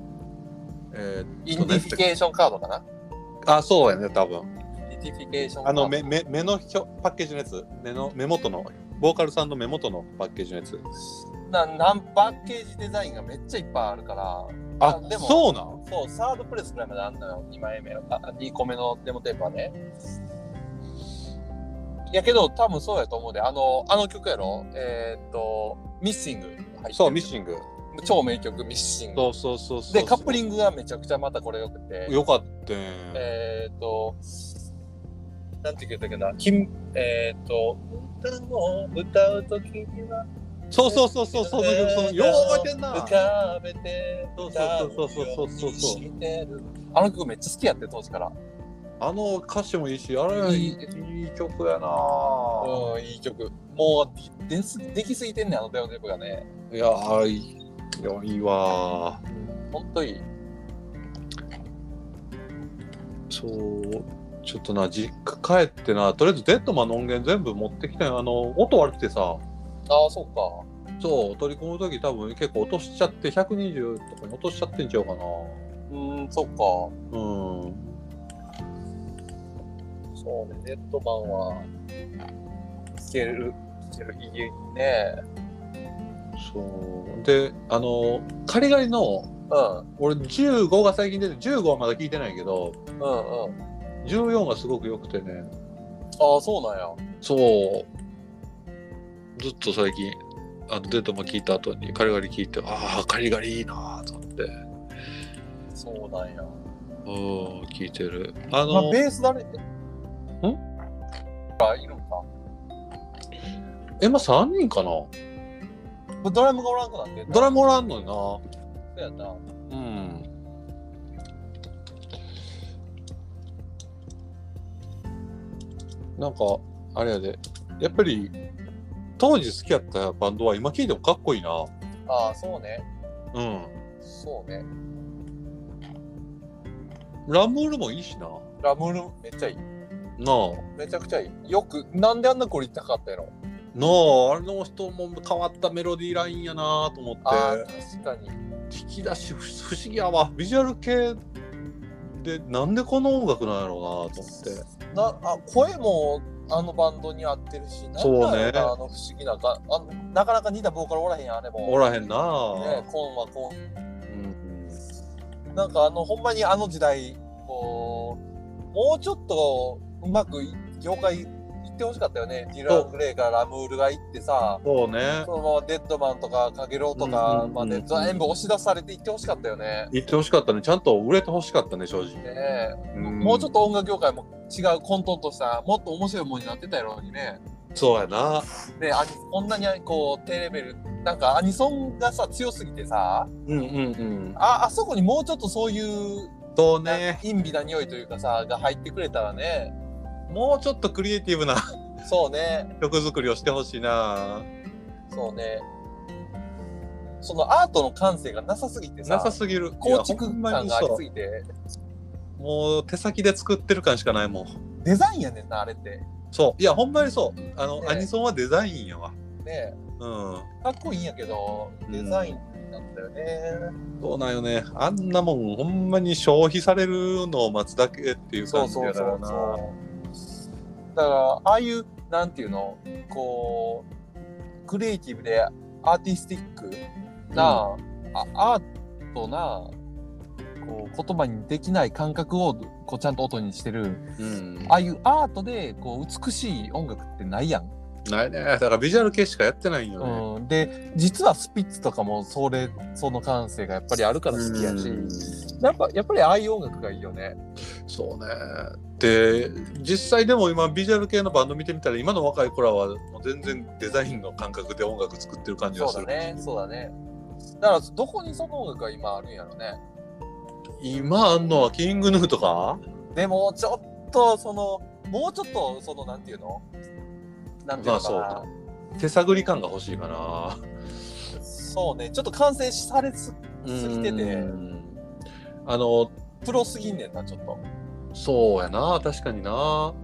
えインディフィケーションカードかな。ーあ、そうやね、多分。インディフィケーションカあード。の、目、目、目のひょパッケージのやつ、目の、目元の、ボーカルさんの目元のパッケージのやつ。ななんパッケージデザインがめっちゃいっぱいあるから、あ、あでもそうなんそう、サードプレスぐらいまであんのよ、2枚目の、あ2個目のデモテープはね。やけど、多分そうやと思うで、あの、あの曲やろ、えーっと、ミッシング入ってる。そう、ミッシング。超名曲、ミッシング。そうそうそうそうで、カップリングがめちゃくちゃまたこれ良くて、よかったねえっ、と、なんて言ったっけな、金、えっ、と、歌を歌うときにはそうそうそうそうそうそうそうよう覚えてんな浮かべてそう歌うそうそうそよううそうそうにしてるあの曲めっちゃ好きやって当時からあの歌詞もいいしあれいいいい曲やなうんいい曲もうでですできすぎてんねんあのデオテープがねいやーいいいやいいわほんといいーそうちょっとな実家帰ってなとりあえずデッドマンの音源全部持ってきたんよあの音悪くてさああそうかそう取り込む時多分結構落としちゃって120とかに落としちゃってんちゃうかなうんそうかうんそうねネットマンは聴ける聴けるいいねそうであのカリガリのうん俺15が最近出て15はまだ聞いてないけどうんうん14がすごく良くてねああそうなんやそうずっと最近あのデートも聞いた後にカリガリ聞いてああカリガリいいなーと思ってそうなんやうん聞いてるあまの、あベース誰んあいるんかえまあ3人かなドラムがおらんくなってんなドラムおらんのにそうやななうんなんかあれやでやっぱり当時好きやったバンドは今聴いてもかっこいいなああそうねうんそうね。ラムールもいいしなラムールめっちゃいい。なあめちゃくちゃいい。よく、なんであんな声高かったやろ。なああれの人も変わったメロディーラインやなと思ああっ、確かに。て引き出し不不思議やわビジュアル系でなんでこの音楽なんやろうなと思ってなあ声もあのバンドに合ってるし、なんだろそうねなあの不思議なかあの、なかなか似たボーカルおらへんやん、あれも。おらへんなね、コーンはコーうんン。なんかあの、ほんまにあの時代、こう、もうちょっとうまくい業界いってほしかったよね。ディラン・グレイからラムールが行ってさ。そうねそのままデッドマンとかかげろうとうんうんうんかうんまで全部押し出されていってほしかったよね。言ってほしかったねちゃんと売れてほしかったね正直ねえももうちょっと音楽業界も違う混沌としたもっと面白いものになってたやろうにねそうやなでアニこんなにこう低レベルなんかアニソンがさ強すぎてさうんうんうんああそこにもうちょっとそういうそうなね陰微な匂いというかさが入ってくれたらねもうちょっとクリエイティブな (laughs) そうね曲作りをしてほしいなそうねそのアートの感性がなさすぎてさなさすぎる構築い感やほんまにがありそうすぎてもう手先で作ってる感しかないもんデザインやねんなあれってそういやほんまにそうあの、ねアニソンはデザインやわねうんかっこいいんやけどデザインなんだよね、そうなんよねあんなもんほんまに消費されるのを待つだけっていうそ感うじそうやかそらうなそうだからああいうなんていうのこうクリエイティブでアーティスティックな、あアートなこう言葉にできない感覚をこうちゃんと音にしてるうんああいうアートでこう美しい音楽ってないやん、ないねだからビジュアル系しかやってないんよね、うん、で実はスピッツとかもそれその感性がやっぱりあるから好きやし、うんやっぱやっぱりああいう音楽がいいよねそうねで実際でも今ビジュアル系のバンド見てみたら今の若い子らはもう全然デザインの感覚で音楽作ってる感じがそうすだる、ねそうだねだからどこにその音楽が今あるんやろね今あんのはキングヌーとかでもちょっとそのもうちょっとそのなんていうのなんていうのかな、まあ手探り感が欲しいかなそうねちょっと完成されすすぎててうんあのプロすぎんねんなちょっとそうやな確かになも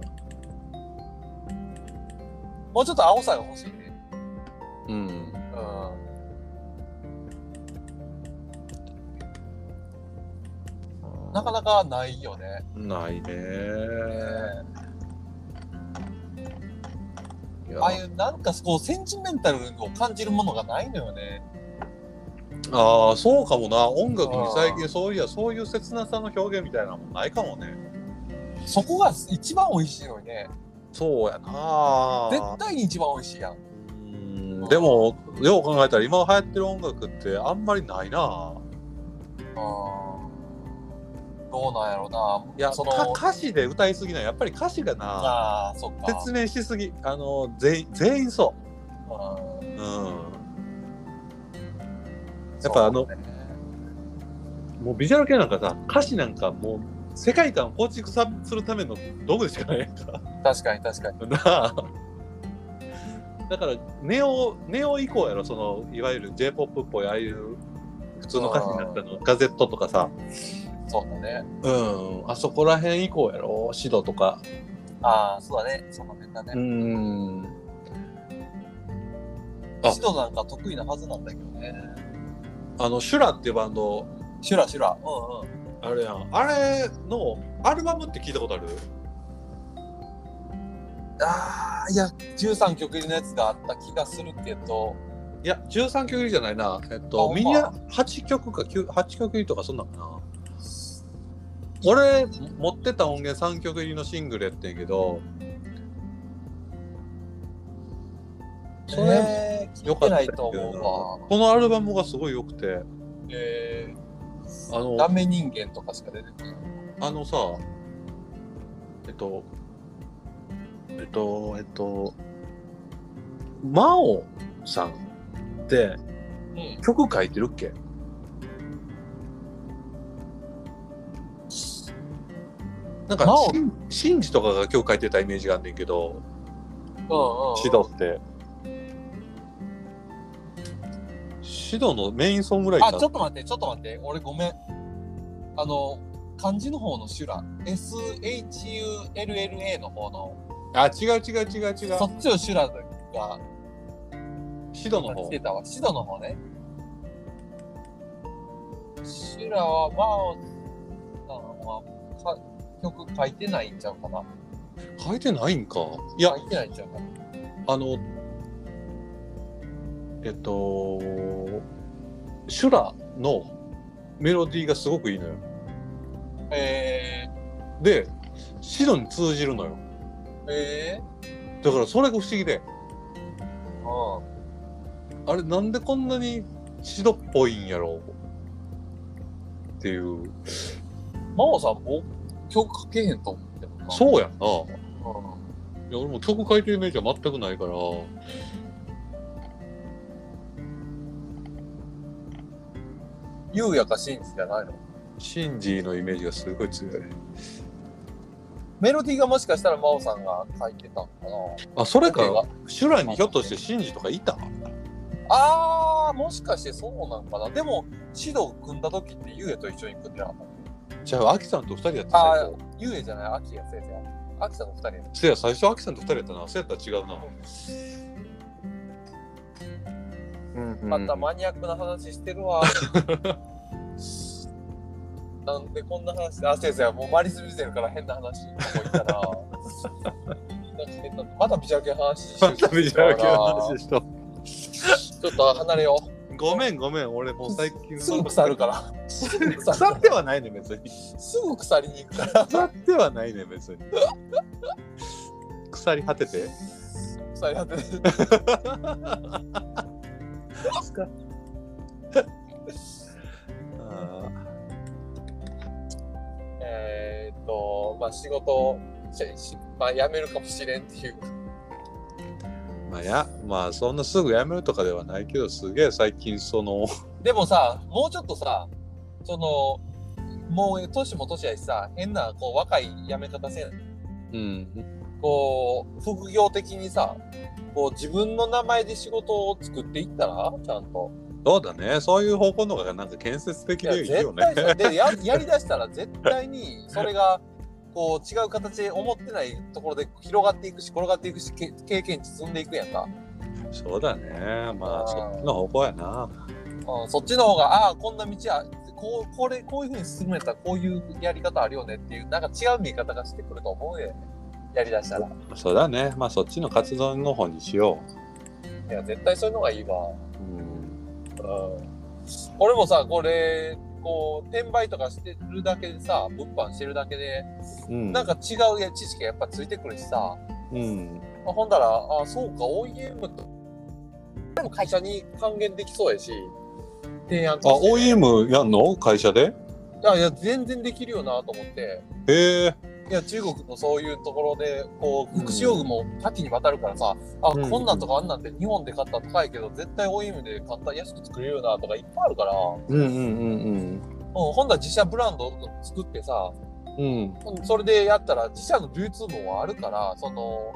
うちょっと青さが欲しいねうんうんなかなかないよねないねいやああいうなんかこうセンチメンタルを感じるものがないのよねああそうかもな音楽に最近そういやそういう切なさの表現みたいなのもないかもねそこが一番美味しいのにねそうやな絶対に一番美味しいやんうーんうん、でもよう考えたら今流行ってる音楽ってあんまりないなどうなんやろうな。いやその、か歌詞で歌いすぎないやっぱり歌詞がなああ、そっか。説明しすぎあの全員全員そうんう、うん、やっぱあのそうねもうビジュアル系なんかさ歌詞なんかもう世界観を構築さするための道具しかないやんか確かに確かに。なあ (laughs) だからネオネオ以降やろそのいわゆる j p o p っぽいああいう普通の歌詞になったのガゼットとかさそうだね。うんあそこら辺以降やろシドとかああ、そうだね。その辺だね。んあシドなんか得意なはずなんだけどね。あのシュラっていうバンドシュラシュラ。うんうん。あれやんあれのアルバムって聞いたことあるああ、いや、13曲入りのやつがあった気がするけど、いや13曲入りじゃないなえっあとほんまミニア8曲か9 8曲入りとかそんなんかな俺持ってた音源3曲入りのシングルやってんけどそれえー、聞よいかてったなけいどとな思うわ。このアルバムがすごい良くてえあー、のダメ人間とかしか出てこない。あのさえっとえっとえっと真央さんってうん。曲書いてるっけなんか真央しんシンジとかが曲書いてたイメージがあんねんけどうんうん。シドってシドのメインソングライタあ、ーちょっと待って、ちょっと待って。俺ごめん。あの、漢字の方の修羅。SHULLA の方の、あ違う違う違う違そうっちの修羅がシドの来方てたわ。シドの方ね。修羅は、まあ、さんはか曲書いてないんちゃうかな。書いてないんかいや書いてないんちゃうかな。あのえっとシュラのメロディーがすごくいいのよえでシドに通じるのよー、えだからそれが不思議でー、うん。あれなんでこんなにシドっぽいんやろうっていう真央さんも曲書けへんと思ってるなそうやんなうん。いや俺も曲書いてるイメージは全くないから優也か真実じゃないのシンジーのイメージがすごい強いメロディーがもしかしたら真央さんが書いてたのかあそれな。かシュラにひょっとしてシンジとかいたああ、もしかしてそうなんかな。でも、シドを組んだ時ってゆうやと一緒に組んでなかったっじゃあアキさんと二人やってけ。ああた、ゆうやじゃない、アキや先生。アキさんの二人や。せや最初アキさんと二人やったなせやったら違うなまたマニアックな話して (laughs) るわ。なんでこんな話あ、先生はもうマリス・ビゼルから変な話ここ行ったな。なんか変なまたビジュアル系の話してまるたビジュアル系の話した。ちょっと離れよごめんごめん、俺もう最近う。すぐ腐るから。 (laughs) 腐ぐ腐るってはないね別に。すぐ腐りに行くから。腐ってはないね別に。 (laughs) 腐り果てて。腐り果ててあえーっと、まあ、仕事をしし、まあ、辞めるかもしれんっていう。ーまあや、まあそんなすぐ辞めるとかではないけど、すげえ最近その、 (laughs) でもさ、もうちょっとさ、その、もう年も年やしさ、変なこう若い辞め方せん、うん、こう、副業的にさ、こう自分の名前で仕事を作っていったら、ちゃんと。そうだね、そういう方向の方がなんか建設的いやでいいよ絶ね対。そうでややりだしたら絶対にそれがこう違う形で思ってないところで広がっていくし転がっていくしけ経験値積んでいくやんか、そうだね、まああーそっちの方向やな。うん、そっちの方が、ああ、こんな道は、こう、これ、こういうふうに進めたら、こういうやり方あるよねっていう、なんか違う見え方がしてくると思うね。やりだしたら。そうだね、まあそっちの活動の方にしよいや、絶対そういうのがいいわ。う。うん、うん。俺もさ、これ、こう、転売とかしてるだけでさ、物販してるだけで、うん、なんか違うや知識がやっぱついてくるしさ、うん、ほんだら、ああ、そうか、OEM と、でも会社に還元できそうやし、提案あ、として OEM やんの会社であいや、全然できるよなと思って、へえ。いや、中国のそういうところで、こう、うん福祉用具も多岐にわたるからさ、あ、うんこんなんとかあんなんて日本で買ったら高いけど、絶対 OEM で簡単に安く作れるよなとかいっぱいあるから、うん、うんうんうんほんなら自社ブランドを作ってさ、うん。うん。うんそれでやったら自社の流通網はあるから、その、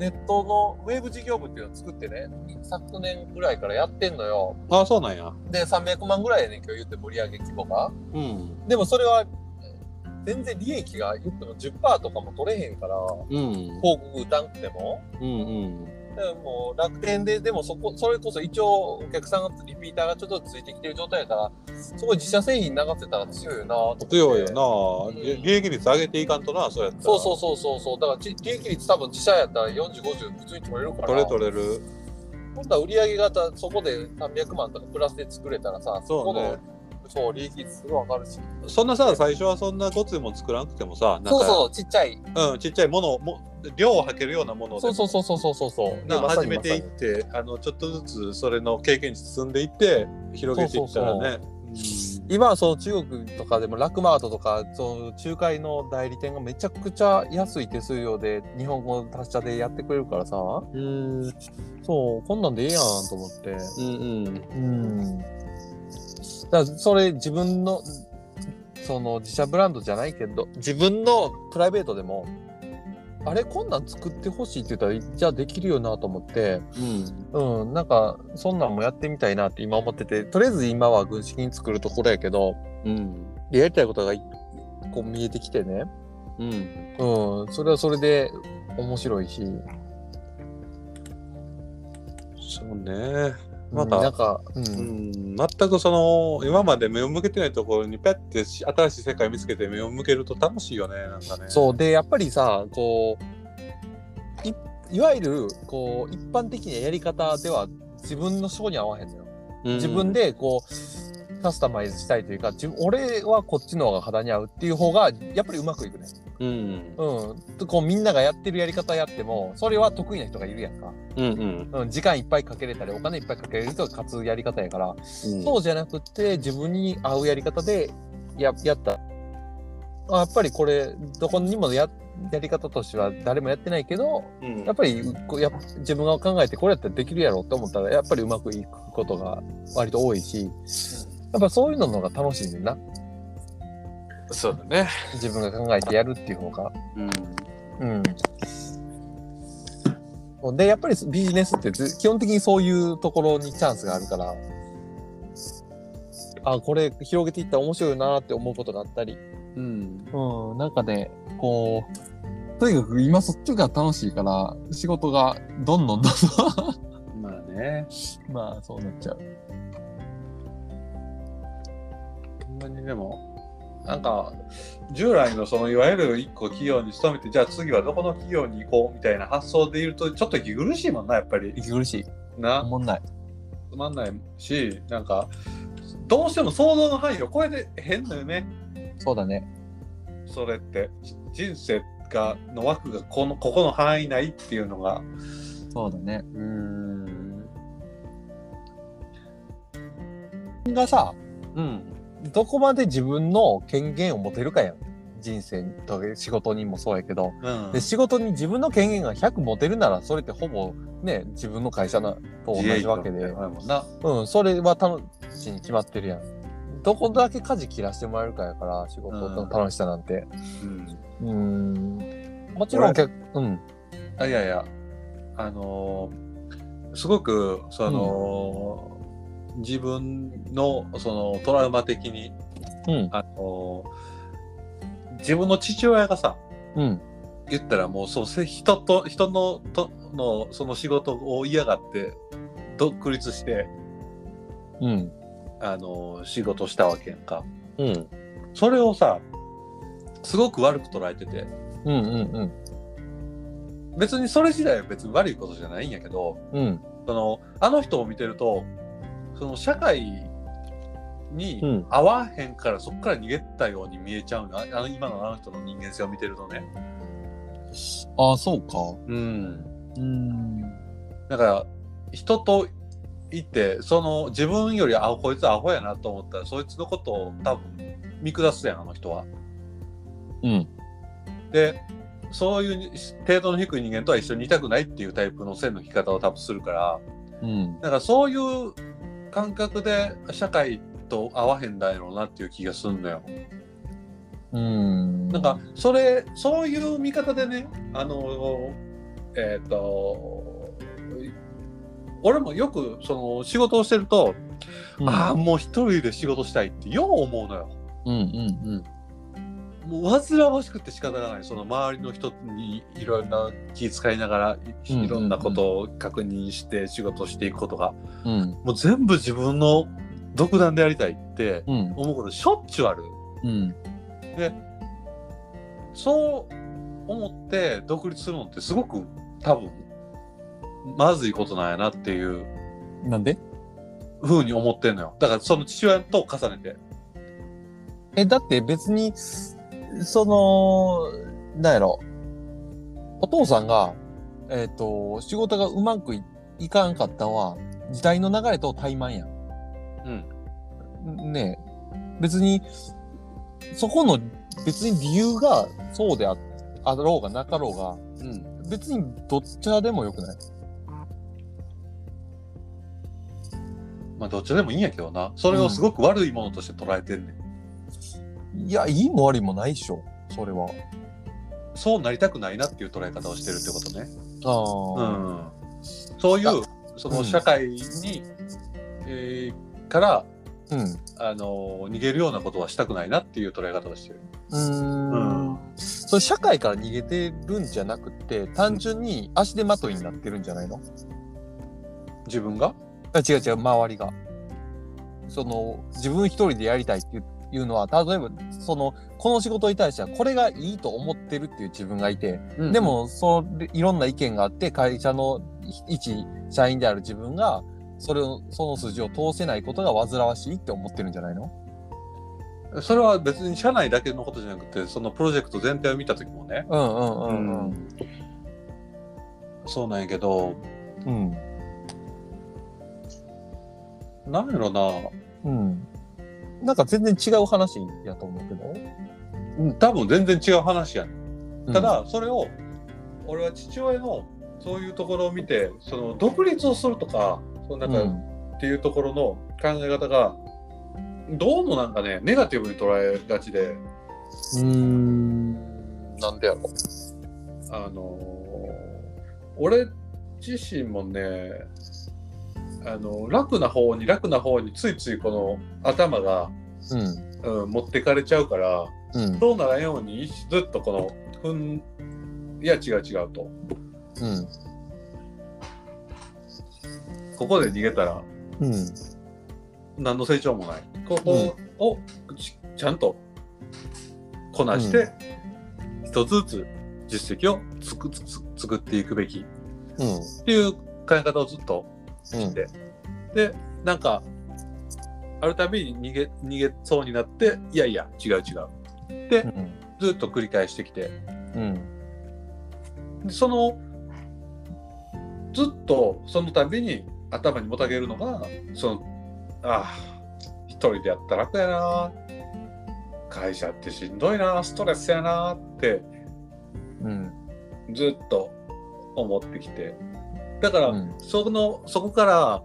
ネットのウェブ事業部っていうのを作ってね、昨年ぐらいからやってんのよ。あ、そうなんや。で、300万ぐらいやねんけど言って盛り上げ規模が。うん。でもそれは、全然利益が言っても10%とかも取れへんから、うん。広告打たんくても。うんうん。でも楽天で、でもそこ、それこそ一応お客さんがリピーターがちょっとずつついてきてる状態やから、そこに自社製品流せたら強いよなと思って強いよな、うんり利益率上げていかんとなそうやったらそうそうそうそうそうだからち利益率多分自社やったら4050普通に取れるから取れ取れる今度は売上型そこで300万とかプラスで作れたらさそうねこのそう利益率すぐ分かるしそんなさ最初はそんなごついもん作らなくてもさなんかそうそうちっちゃいうん、ちっちゃいものをも量をはけるようなものでそうそうそうそうそうそうそうなでまさ始にめていっまさてあのちょっとずつそれの経験値積んでいって広げていったらねに今はその中国とかでもラクマートとかその仲介の代理店がめちゃくちゃ安い手数料で日本語の達者でやってくれるからさうんうんそうこんなんでええやんと思ってうんうんうんだからそれ自分のその自社ブランドじゃないけど自分のプライベートでもあれこんなん作ってほしいって言ったらじゃあできるよなと思ってうんなんかそんなんもやってみたいなって今思っててとりあえず今は軍資金作るところやけどうんやりたいことがいこう見えてきてねうんうんそれはそれで面白いしそうねままたたなんかうん、うん全くその今まで目を向けてないところにペッてし新しい世界見つけて目を向けると楽しいよねなんかねそうでやっぱりさこういいわゆるこう一般的なやり方では自分の性に合わへんのよ。うん自分でこうカスタマイズしたいというか自分俺はこっちの方が肌に合うっていう方がやっぱりうまくいくね。うんうん、とこうみんながやってるやり方やってもそれは得意な人がいるやんか、うんうんうん、時間いっぱいかけれたりお金いっぱいかけれる人が勝つやり方やから、そそうじゃなくて自分に合うやり方でややったあやっぱりこれどこにもややり方としては誰もやってないけどうんやっぱりこうや自分が考えてこれやったらできるやろって思ったらやっぱりうまくいくことが割と多いしやっぱそういうのの方が楽しいねんだなそうだね自分が考えてやるっていう方が。うんうんでやっぱりビジネスってず基本的にそういうところにチャンスがあるからあこれ広げていったら面白いよなって思うことがあったりうんうん、なんかね、こう、とにかく今そっちが楽しいから、仕事がどんどんどんどまあねん (laughs) まあそうなっちゃう。ほんまにでもなんか従来のそのいわゆる一個企業に勤めてじゃあ次はどこの企業に行こうみたいな発想でいるとちょっと息苦しいもんなやっぱり息苦しい。な思んない。つまんないしなんかどうしても想像の範囲を超えて変だよねそうだね。それってじ人生がの枠がこのここの範囲内っていうのがそうだね。うんがさ、うんどこまで自分の権限を持てるかやん。人生にと仕事にもそうやけど。うんで、仕事に自分の権限が100持てるなら、それってほぼね、自分の会社なと同じわけ自営業みたでいな。もんやもんなうん、それは楽しいに決まってるやん。どこだけ舵切らしてもらえるかやから、仕事の楽しさなんて。うんうん。もちろん、俺結うん。あいやいやあのーすごくその、自分のそのトラウマ的に、うん。あのー自分の父親がさうん。言ったらもうそうせ人と人のとのその仕事を嫌がって独立して、うん。あのー仕事したわけやんかうん。それをさすごく悪く捉えててうん。うん。別にそれ自体は別に悪いことじゃないんやけど、うん。そのあの人を見てるとその社会うにん合わへんから、そこから逃げたように見えちゃうのああの今のあの人の人間性を見てるとね。ああ、そうか。うん、うん。だから人といてその自分よりあこいつアホやなと思ったらそいつのことを多分見下すやんあの人は。うん。でそういう程度の低い人間とは一緒にいたくないっていうタイプの線の引き方を多分するからうん。だからそういう感覚で社会と合わへんだろうなっていう気がすんのよ。うん。なんか、それそういう見方でねあのえっ、と俺もよくその仕事をしてると、ああもう一人で仕事したいってよう思うのよ。うんうんもう煩わしくて仕方がないその周りの人にいろんな気遣いながらいうんうんうんいろんなことを確認して仕事をしていくことがうん。うん。もう全部自分の独断でやりたいってうん。思うことしょっちゅうあるうん。そう思って独立するのってすごく多分まずいことなんやなっていうなんでふうに思ってんのよだからその父親と重ねてえ、だって別に、その、なんやろ。お父さんが、えっ、と、仕事がうまくいいかんかったんは、時代の流れと怠慢やん。うんねえ別にそこの別に理由がそうでああろうがなかろうがうん別にどっちらでもよくないまあどっちでもいいんやけどなそれをすごく悪いものとして捉えてんねん、いやいいも悪いもないでしょそれはそうなりたくないなっていう捉え方をしてるってことねうああんそういうその社会に、えーからうんうあの逃げるようなことはしたくないなっていう捉え方をしてる。ーんそれ社会から逃げてるんじゃなくて単純に足手まといになってるんじゃないの自分があ違う違う周りがその自分一人でやりたいっていういうのは例えばそのこの仕事に対してはこれがいいと思ってるっていう自分がいて、ででもも、そうで、いろんな意見があって、会社の一社員である自分が、それを、その筋を通せないことが煩わしいって思ってるんじゃないのそれは別に社内だけのことじゃなくてそのプロジェクト全体を見た時もね、うんうんうんそうなんやけどうん。なんやろなうん。うん。なんか全然違う話やと思うけど。うん多分全然違う話やねうんた、だそれを俺は父親のそういうところを見てその独立をするとかそのなんか、うんっていうところの考え方がどうもなんかねネガティブに捉えがちでうーん。なんでやろあのー俺自身もねあの楽な方に楽な方についついこの頭が、う。うん。うん、持ってかれちゃうからうん。どうならんように一ずっとこのふんいや違う違うとうん。ここで逃げたらうん。何の成長もないここをち,、ちゃんとこなして、一つずつ実績をつくつつ作っていくべきうん。っていう考え方をずっとうん。ででなんかあるたびに逃げ逃げそうになっていやいや違う違ううん。ずっと繰り返してきてうん。でそのずっとそのたびに頭にもたげるのがそのああ一人でやったら楽やな会社ってしんどいなストレスやなってうん。ずっと思ってきてだから、うんそのそこから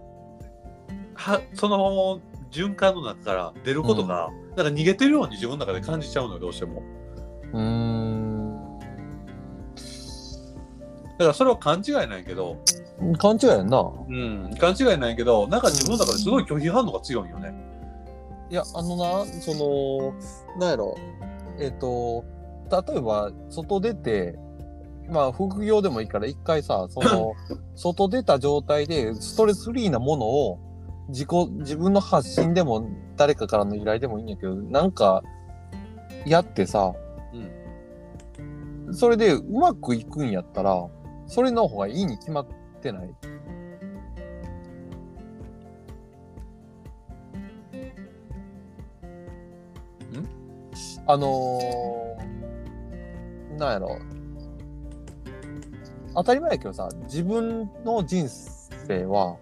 はその循環の中から出ることが、なんか逃げてるように自分の中で感じちゃうのよどうしてもうーん。だからそれは勘違いなんやけど、勘違いやんな。うん、勘違いなんやけどなんか自分の中ですごい拒否反応が強いんよねいや、あのな、その、なんやろ、えっ、と、例えば、外出て、まあ、副業でもいいから、一回さ、その、外出た状態で、ストレスフリーなものを、自己、自分の発信でも、誰かからの依頼でもいいんやけど、なんか、やってさ、それでうまくいくんやったら、それの方がいいに決まってない。あのー、なんやろ。当たり前やけどさ、自分の人生生は、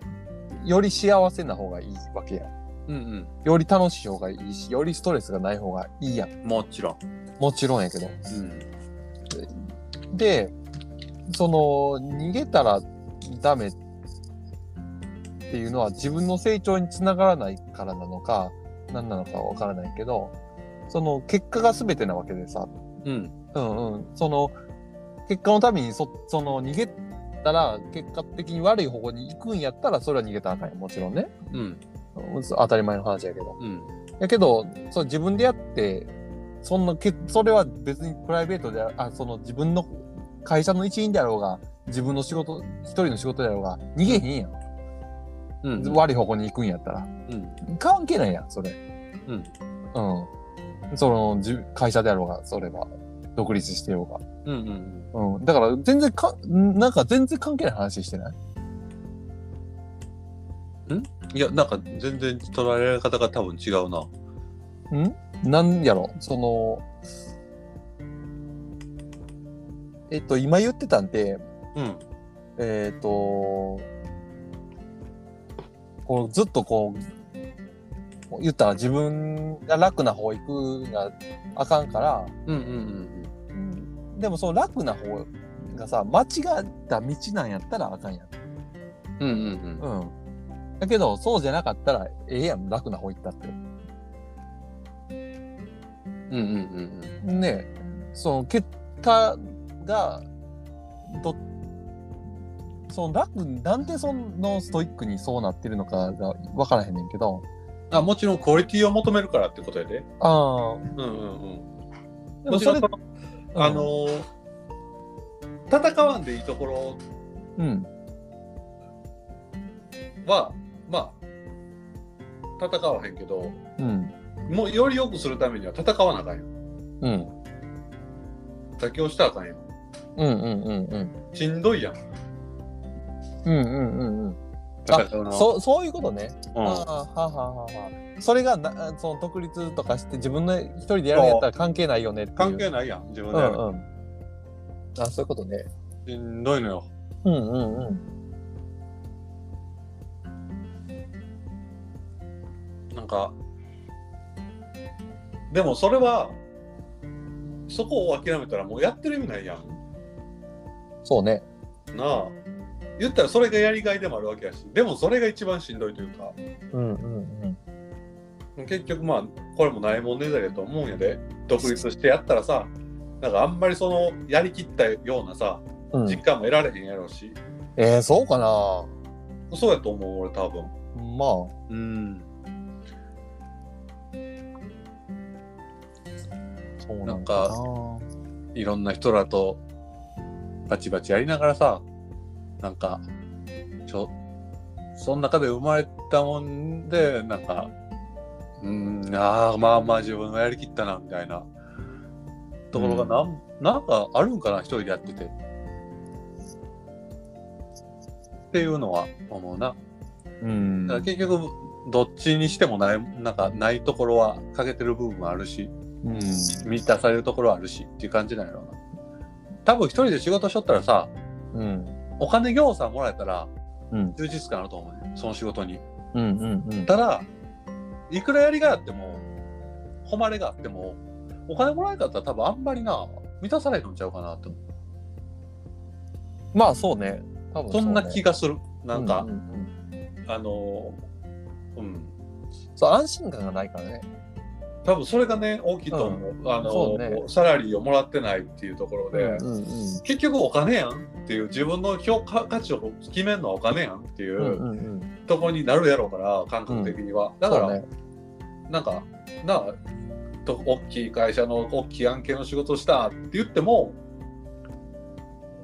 より幸せな方がいいわけや。うんより楽しい方がいいし、よりストレスがない方がいいやん。うん。もちろん。もちろんやけど。うん。で、その、逃げたらダメっていうのは自分の成長につながらないからなのか、何なのかわからないけど、その結果が全てなわけでさ、うん。うんうん、その結果のためにそその逃げたら結果的に悪い方向に行くんやったらそれは逃げたらあかんよもちろんね、うん。うん当たり前の話やけどうん。やけどそう自分でやってそんなけそれは別にプライベートでああその自分の会社の一員であろうが自分の仕事一人の仕事であろうが逃げへんやん、うん。悪い方向に行くんやったらうん。関係ないやんそれうん。うんそのじゅ会社であろうがそれは独立してようがうん。うん。うん、だから全然か、なんか全然関係ない話してないいや、なんか全然捉えられ方が多分違うな。んなんやろその、えっと、今言ってたんで、うん。えっと、こうずっとこう、言ったら自分が楽な方行くがあかんから、うんうんでもその楽な方がさ、間違った道なんやったらあかんやん。うん。うんうんうん。うん。だけど、そうじゃなかったら、ええやん、楽な方行ったって。うんうんうんねその結果がどその楽なんでそのストイックにそうなってるのかが分からへんねんけどうん。あ、もちろんクオリティを求めるからってことやで。あうんうんうん。でももちそろんそれの、あのー、戦わんでいいところうんは、まあ、戦わへんけど、うんもうより良くするためには戦わなあかんよ。うん妥協したらあかんよ。うんうんうんうんしんどいやん。うんうんうんうんあ戦うのはそそういうことね、うあんあはあはあはあそれがなあその独立とかして自分の一人でやるんやったら関係ないよねっていう関係ないやん、自分うでやるんうんあそういうことねしんどいのよ。うんうんうんなんか、でもそれは、そこを諦めたらもうやってる意味ないやん。そうねなあ。言ったらそれがやりがいでもあるわけやし、でもそれが一番しんどいというか、うんうんうん結局まあ、これもないもんねだりだと思うんやで、独立してやったらさ、なんかあんまりその、やりきったようなさ、うん実感も得られへんやろうし、えー、そうかなそうやと思う、俺多分。まうん。あ、そうななんんかかいろんな人らとバチバチやりながらさなんかちょその中で生まれたもんでなんかうんあーまあまあ自分がやりきったなみたいなところがなん,、なんかあるんかな一人でやってて。っていうのは思うな。な。うんだから結局どっちにしてもないなんかないところは欠けてる部分もあるし。うん。満たされるところはあるしっていう感じなんやろうな多分一人で仕事しとったらさうん。お金ぎょうさんもらえたらうん。充実感あると思うねその仕事にうん。うん。ただいくらやりがいあっても誉れがあってもお金もらえなかったら多分あんまりな満たされるんちゃうかなと思うまあ、そうね。多分そんな気が。がするなんかう、うんあのーうんそう、安心感がないからね。多分それがね大きいと思う、あのそうーねサラリーをもらってないっていうところで、うん。うん。結局お金やんっていう自分の評価価値を決めるのはお金やんっていう、うん。うん。うん。とこになるやろうから感覚的には、だから、そうね。なんかなあと大きい会社の大きい案件の仕事したって言っても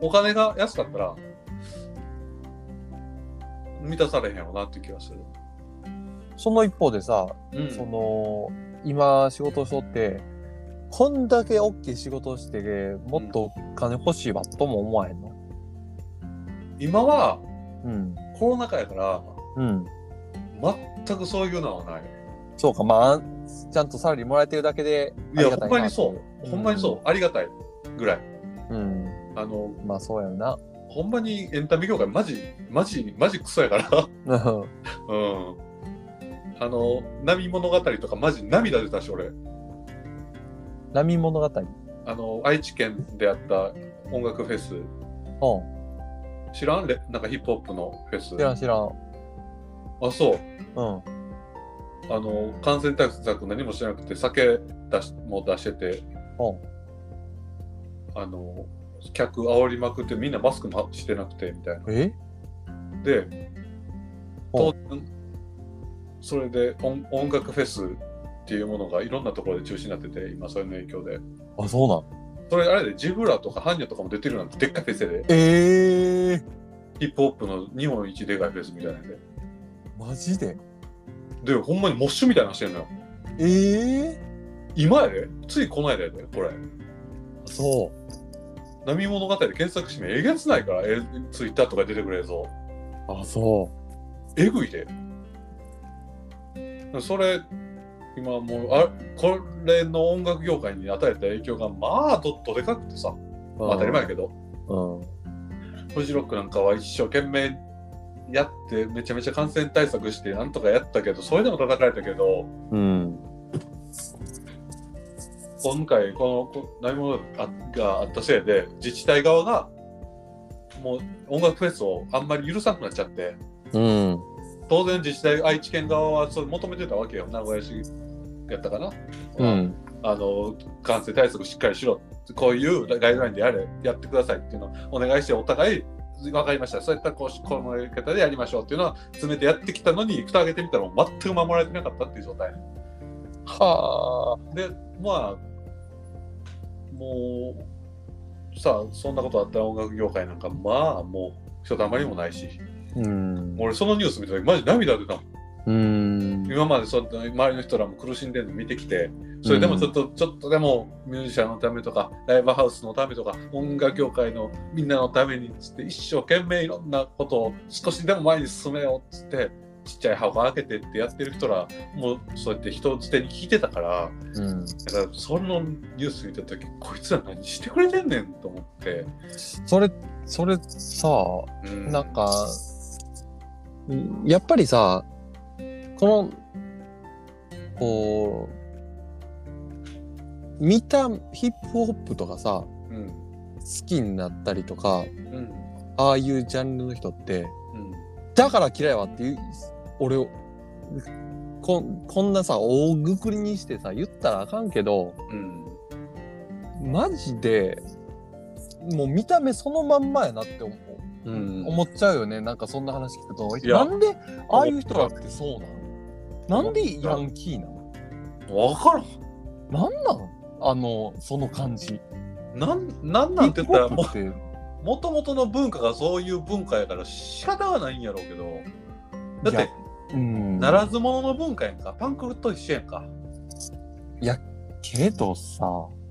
お金が安かったら満たされへんよなっていう気がする。その一方でさ、うんその、今、仕事しとって、こんだけ大きい仕事して、もっと金欲しいわとも思わへんの。今はうん。コロナ禍やからうん。全くそういうのはない。そうか、まあ、ちゃんとサラリーもらえてるだけで、いやほんまにそううほんまにそう、ありがたいぐらいうん。あのまあ、そうやろな。 (laughs) ほんまにエンタメ業界マジマジマジクソやからうんうんあの波物語とかマジ涙出たし俺波物語。あの愛知県でやった音楽フェスう知らんレなんかヒップホップのフェスん。知らん知らん。うん。あそうあの感染対策何もしてなくて酒出しも出してて、うんあの客煽りまくってみんなマスクもしてなくてみたいなえで、当然それで音音楽フェスっていうものがいろんなところで中止になってて今それの影響であ、そうなんそれあれでジブラとかハンニャとかも出てるなんてでっかいフェスやでええヒップホップの日本一でかいフェスみたいなんでマジででほんまにモッシュみたいなのしてんのよええ今やでついこの間やでこれそ波物語で検索してもえげつないから、えツイッターとか出てくる映像。う。あ、そえぐいで。それ、今もう、あこれの音楽業界に与えた影響が、まあ、どっとでかくてさ、う。当たり前やけど、うん。フジロックなんかは一生懸命やって、めちゃめちゃ感染対策して、なんとかやったけど、それでも叩かれたけど、うん。今回、このこ波物語があったせいで、自治体側が、もう音楽フェスをあんまり許さなくなっちゃって、うん。当然自治体愛知県側はそれ求めてたわけよ名古屋市やったかな、うん。あの感染対策しっかりしろこういうガイドラインでやれやってくださいっていうのをお願いしてお互い分かりましたそういったこうしこのやり方でやりましょうっていうのは詰めてやってきたのに蓋開けてみたらもう全く守られてなかったっていう状態はでまあもうさあそんなことあったら音楽業界なんかまあもう人たまりもないしあ。うん。俺そのニュース見た時マジ涙出たもんうん。今までその周りの人らも苦しんでるの見てきてそれでもちょっと、ちょっとでもミュージシャンのためとかライブハウスのためとか音楽業界のみんなのためにっつって一生懸命いろんなことを少しでも前に進めようっつってちっちゃい箱開けてってやってる人らもうそうやって人捨てに聞いてたからうん。だからそのニュース見た時こいつら何してくれてんねんと思って、それ、それさ、うんなんか、やっぱりさ、この、こう、見たヒップホップとかさ、うん好きになったりとか、うんうんああいうジャンルの人って、だから嫌いはっていう、俺を、こんこんなさ、大ぐくりにしてさ、言ったらあかんけど、うんマジで、もう見た目そのまんまやなって思う。うん思っちゃうよねなんかそんな話聞くといやなんでああいう人らってそうなんなんでヤンキーなの分からんなんなんあのその感じなんなんなんて言ったらもうヒップホップもともとの文化がそういう文化やから仕方がないんやろうけどだっていやてうんならず者の文化やんかパンクルと一緒やんか、けどさ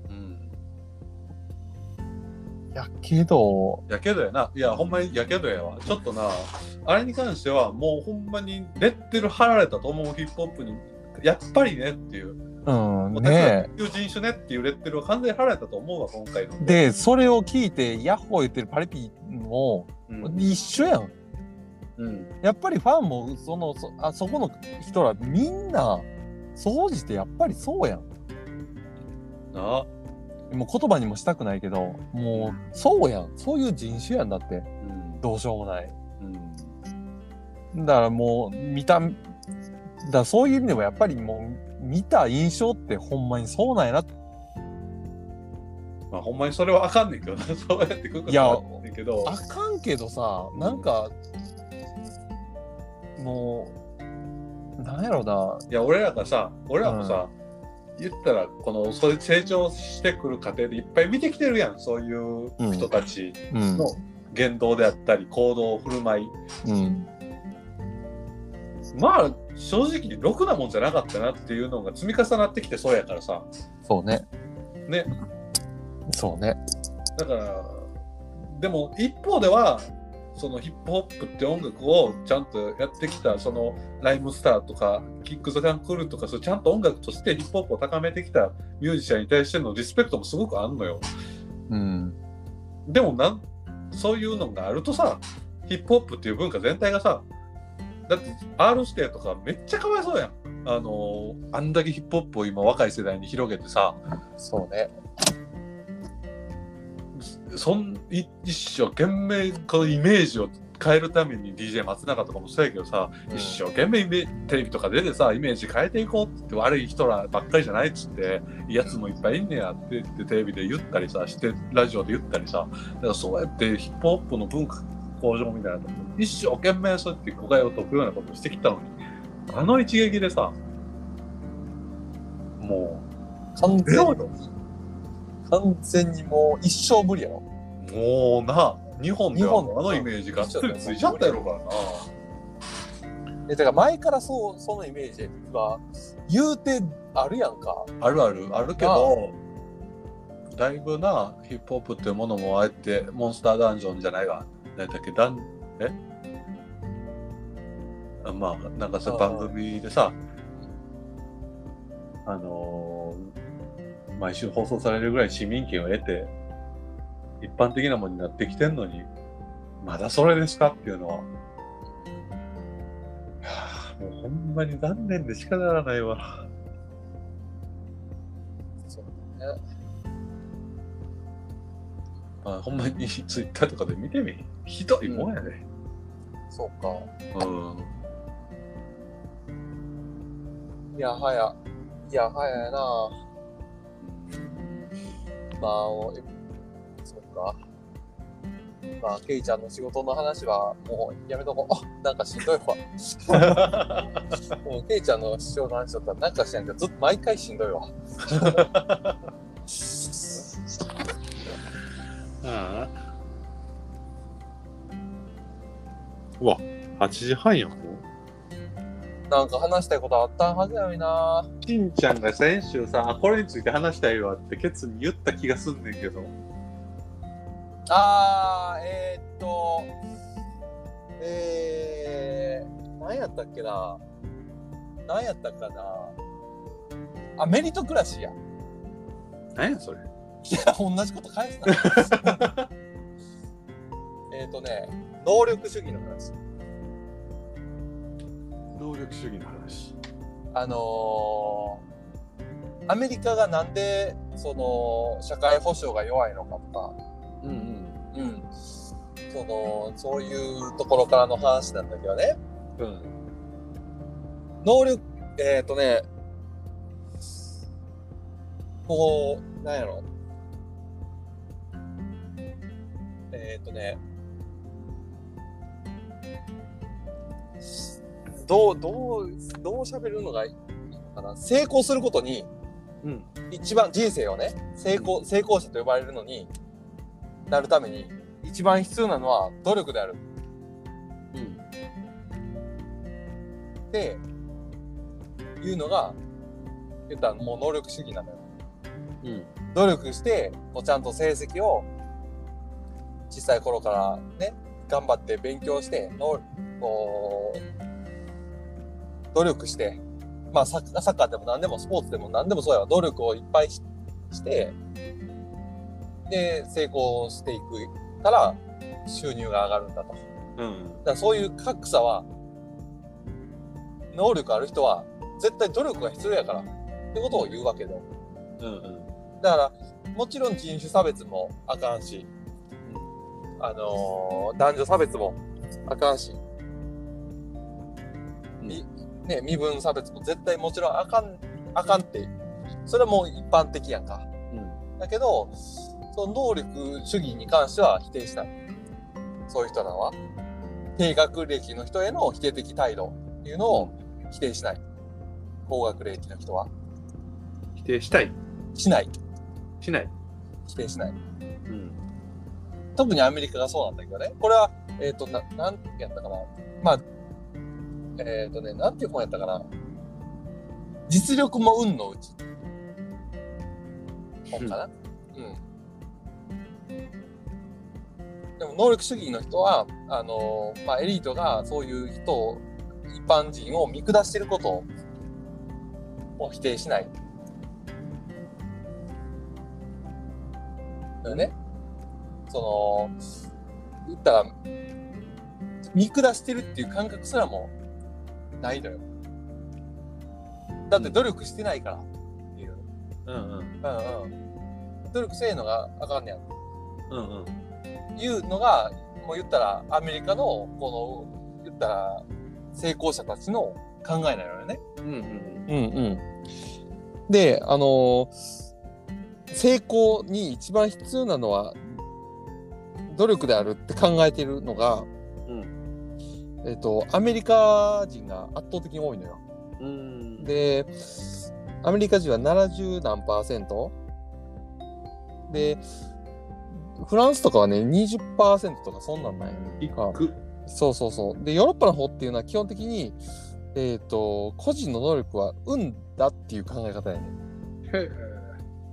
うん、やけどやけどやないやほんまにやけどやわちょっとなあれに関してはもうほんまにレッテル貼られたと思うヒップホップにやっぱりねっていううん私はねこういう人種ねっていうレッテルを完全に貼られたと思うわ今回のえ、でそれを聞いてヤッホー言ってるパリピもうん一緒やんうん、やっぱりファンもそのそあそこの人らみんな総じてやっぱりそうやんなあ、もう言葉にもしたくないけど、もう、そうやん。そういう人種やんだって。うんどうしようもない。うんだからもう、見た、だからそういう意味でもやっぱりもう、見た印象ってほんまにそうなんやな。まあ、ほんまにそれはあかんねんけどな (laughs) そうやってくくっていやあかんねんけどあかんけどさ、なんか、もう、なんやろないや俺らがさ俺らもさ、言ったらこのそれ成長してくる過程でいっぱい見てきてるやんそういう人たち。うんの言動であったり行動振る舞いうん。まあ正直ろくなもんじゃなかったなっていうのが積み重なってきてそうやからさそうね。ねそうね。だからでも一方ではそのヒップホップって音楽をちゃんとやってきたそのライムスターとかキック・ザ・カンクールとかそうちゃんと音楽としてヒップホップを高めてきたミュージシャンに対してのリスペクトもすごくあんのよ。うん。でもなんそういうのがあるとさヒップホップっていう文化全体がさだって R ステとかめっちゃかわいそうやんあのーあんだけヒップホップを今若い世代に広げてさそうね。そんい一生懸命このイメージを変えるために DJ 松永とかもそうやけどさ、一生懸命イメテレビとか出てさイメージ変えていこうっつって悪い人らばっかりじゃないっつっていいやつもいっぱいいんねやって言ってテレビで言ったりさしてラジオで言ったりさだからそうやってヒップホップの文化向上みたいなとこ一生懸命そうやって誤解を解くようなことをしてきたのにあの一撃でさも完う全に、完全にもう一生無理やろ。もうな日本では日も本うあのイメージがっつりついちゃったやろからな。え、だから前からそう、そのイメージは、言うてあるやんか。あるあるあるけどだいぶなヒップホップっていうものもああやってモンスターダンジョンじゃないわ何だっけダンえあまあなんかさあ番組でさあのー毎週放送されるぐらい市民権を得て一般的なものになってきてんのにまだそれですかっていうのははあもうほんまに残念で仕方がないわ。まあ、ほんまにツイッターとかで見てみひどいもんやで、そうか。うんいやはや、いやはややな。まあ、えそうか。まあ、ケイちゃんの仕事の話はもうやめとこう。 (laughs) あなんかしんどいわ。もうケイちゃんの師匠の話だったらなんかしないけど、ずっと毎回しんどいわ。 (laughs) ああうわ8時半やもうなんか話したいことあったはずやのにな。しんちゃんが先週さあこれについて話したいわってケツに言った気がすんねんけどあー、えー、っと、えー、何やったっけな。何やったかな。あ、メリット暮らしや。 (laughs) 何やそれいや、同じこと返すな。 (laughs) えっとね、能力主義の話。能力主義の話あのーアメリカがなんで、その、社会保障が弱いのかとうんうんか、うん。その、そういうところからの話なんだけどね。うん能力、えっ、とね、こう、なんやろ。えっ、とね、どう、どう、どう喋るのがいいのかな。成功することに、うん一番人生をね、成功、成功者と呼ばれるのに、なるために、一番必要なのは努力である。っていうのが言ったらもう能力主義なのようん努力してこうちゃんと成績を小さい頃からね頑張って勉強してのこう努力してまあサッサッカーでも何でもスポーツでも何でもそうやわ努力をいっぱいししてで成功していくから収入が上がるんだと。うんだからそういう格差は能力ある人は絶対努力が必要やからってことを言うわけだようんだからもちろん人種差別もあかんし、あのー男女差別もあかんし、みね、身分差別も絶対もちろんあかんあかんってそれはもう一般的やんかうんだけどその能力主義に関しては否定したいそういう人らは低学歴の人への否定的態度っていうのを否定しない高学歴の人は否定したいしないしない否定しないうん特にアメリカがそうなんだけどね、これは、えっ、と、ななんてやったかな、まあ、えっ、とね、なんていう本やったかな、実力も運のうち。本かな。うん。でも、能力主義の人は、あのーまあ、エリートがそういう人を、一般人を見下していることを否定しない。だよね。その言ったら、見下してるっていう感覚すらもないのよ。だって努力してないからっていう。うんうんうんうん。努力せえのがあかんねや。うんうんいうのが、もう言ったらアメリカの、この、言ったら成功者たちの考えなのよね。うんうんうんうん、であのー成功に一番必要なのは努力であるって考えてるのが、うえっとアメリカ人が圧倒的に多いのよ。うんでアメリカ人は70何パーセントでフランスとかはね20%とかそんなんないかくそうそうそう。で、ヨーロッパの方っていうのは基本的に、えっ、と、個人の能力は運だっていう考え方やね。へえ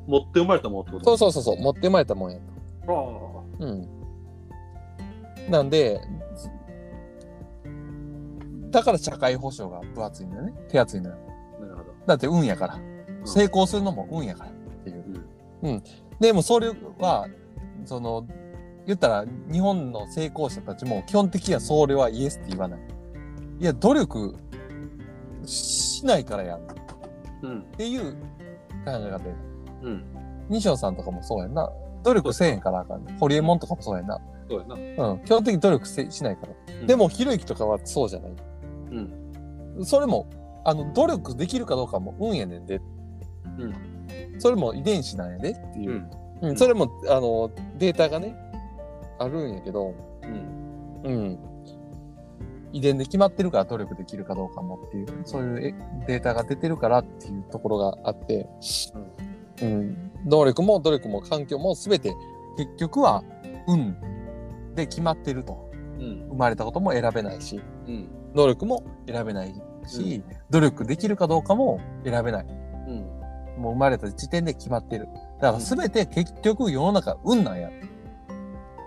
持って生まれたもんってこそとうそうそうそう、持ってまいたもんやそと。うん。なんで、だから社会保障が分厚いんだよね。手厚いんだよ。うなるほどだって運やから。成功するのも運やからっていう。うん。でもそれは、その、言ったら日本の成功者たちも基本的にはそれはイエスって言わない。いや、努力しないからやんっうんていう考え方で。うん西野さんとかもそうやんな。努力せえへんからあかん、ね。ホリエモンとかもそうやんな。そうやなうん。基本的に努力せしないから。んでも、ひろゆきとかはそうじゃない。うんそれも、あの、努力できるかどうかも運やねんで。うん。それも遺伝子なんやでっていうう。んうん、それもあのデータがねあるんやけど、うんうん、遺伝で決まってるから努力できるかどうかもっていうそういうえデータが出てるからっていうところがあって、うん能力も努力も環境も全て結局は運で決まってるとうん生まれたことも選べないしうん能力も選べないし、努力できるかどうかも選べないうんもう生まれた時点で決まってる。だから全て結局世の中運なんや。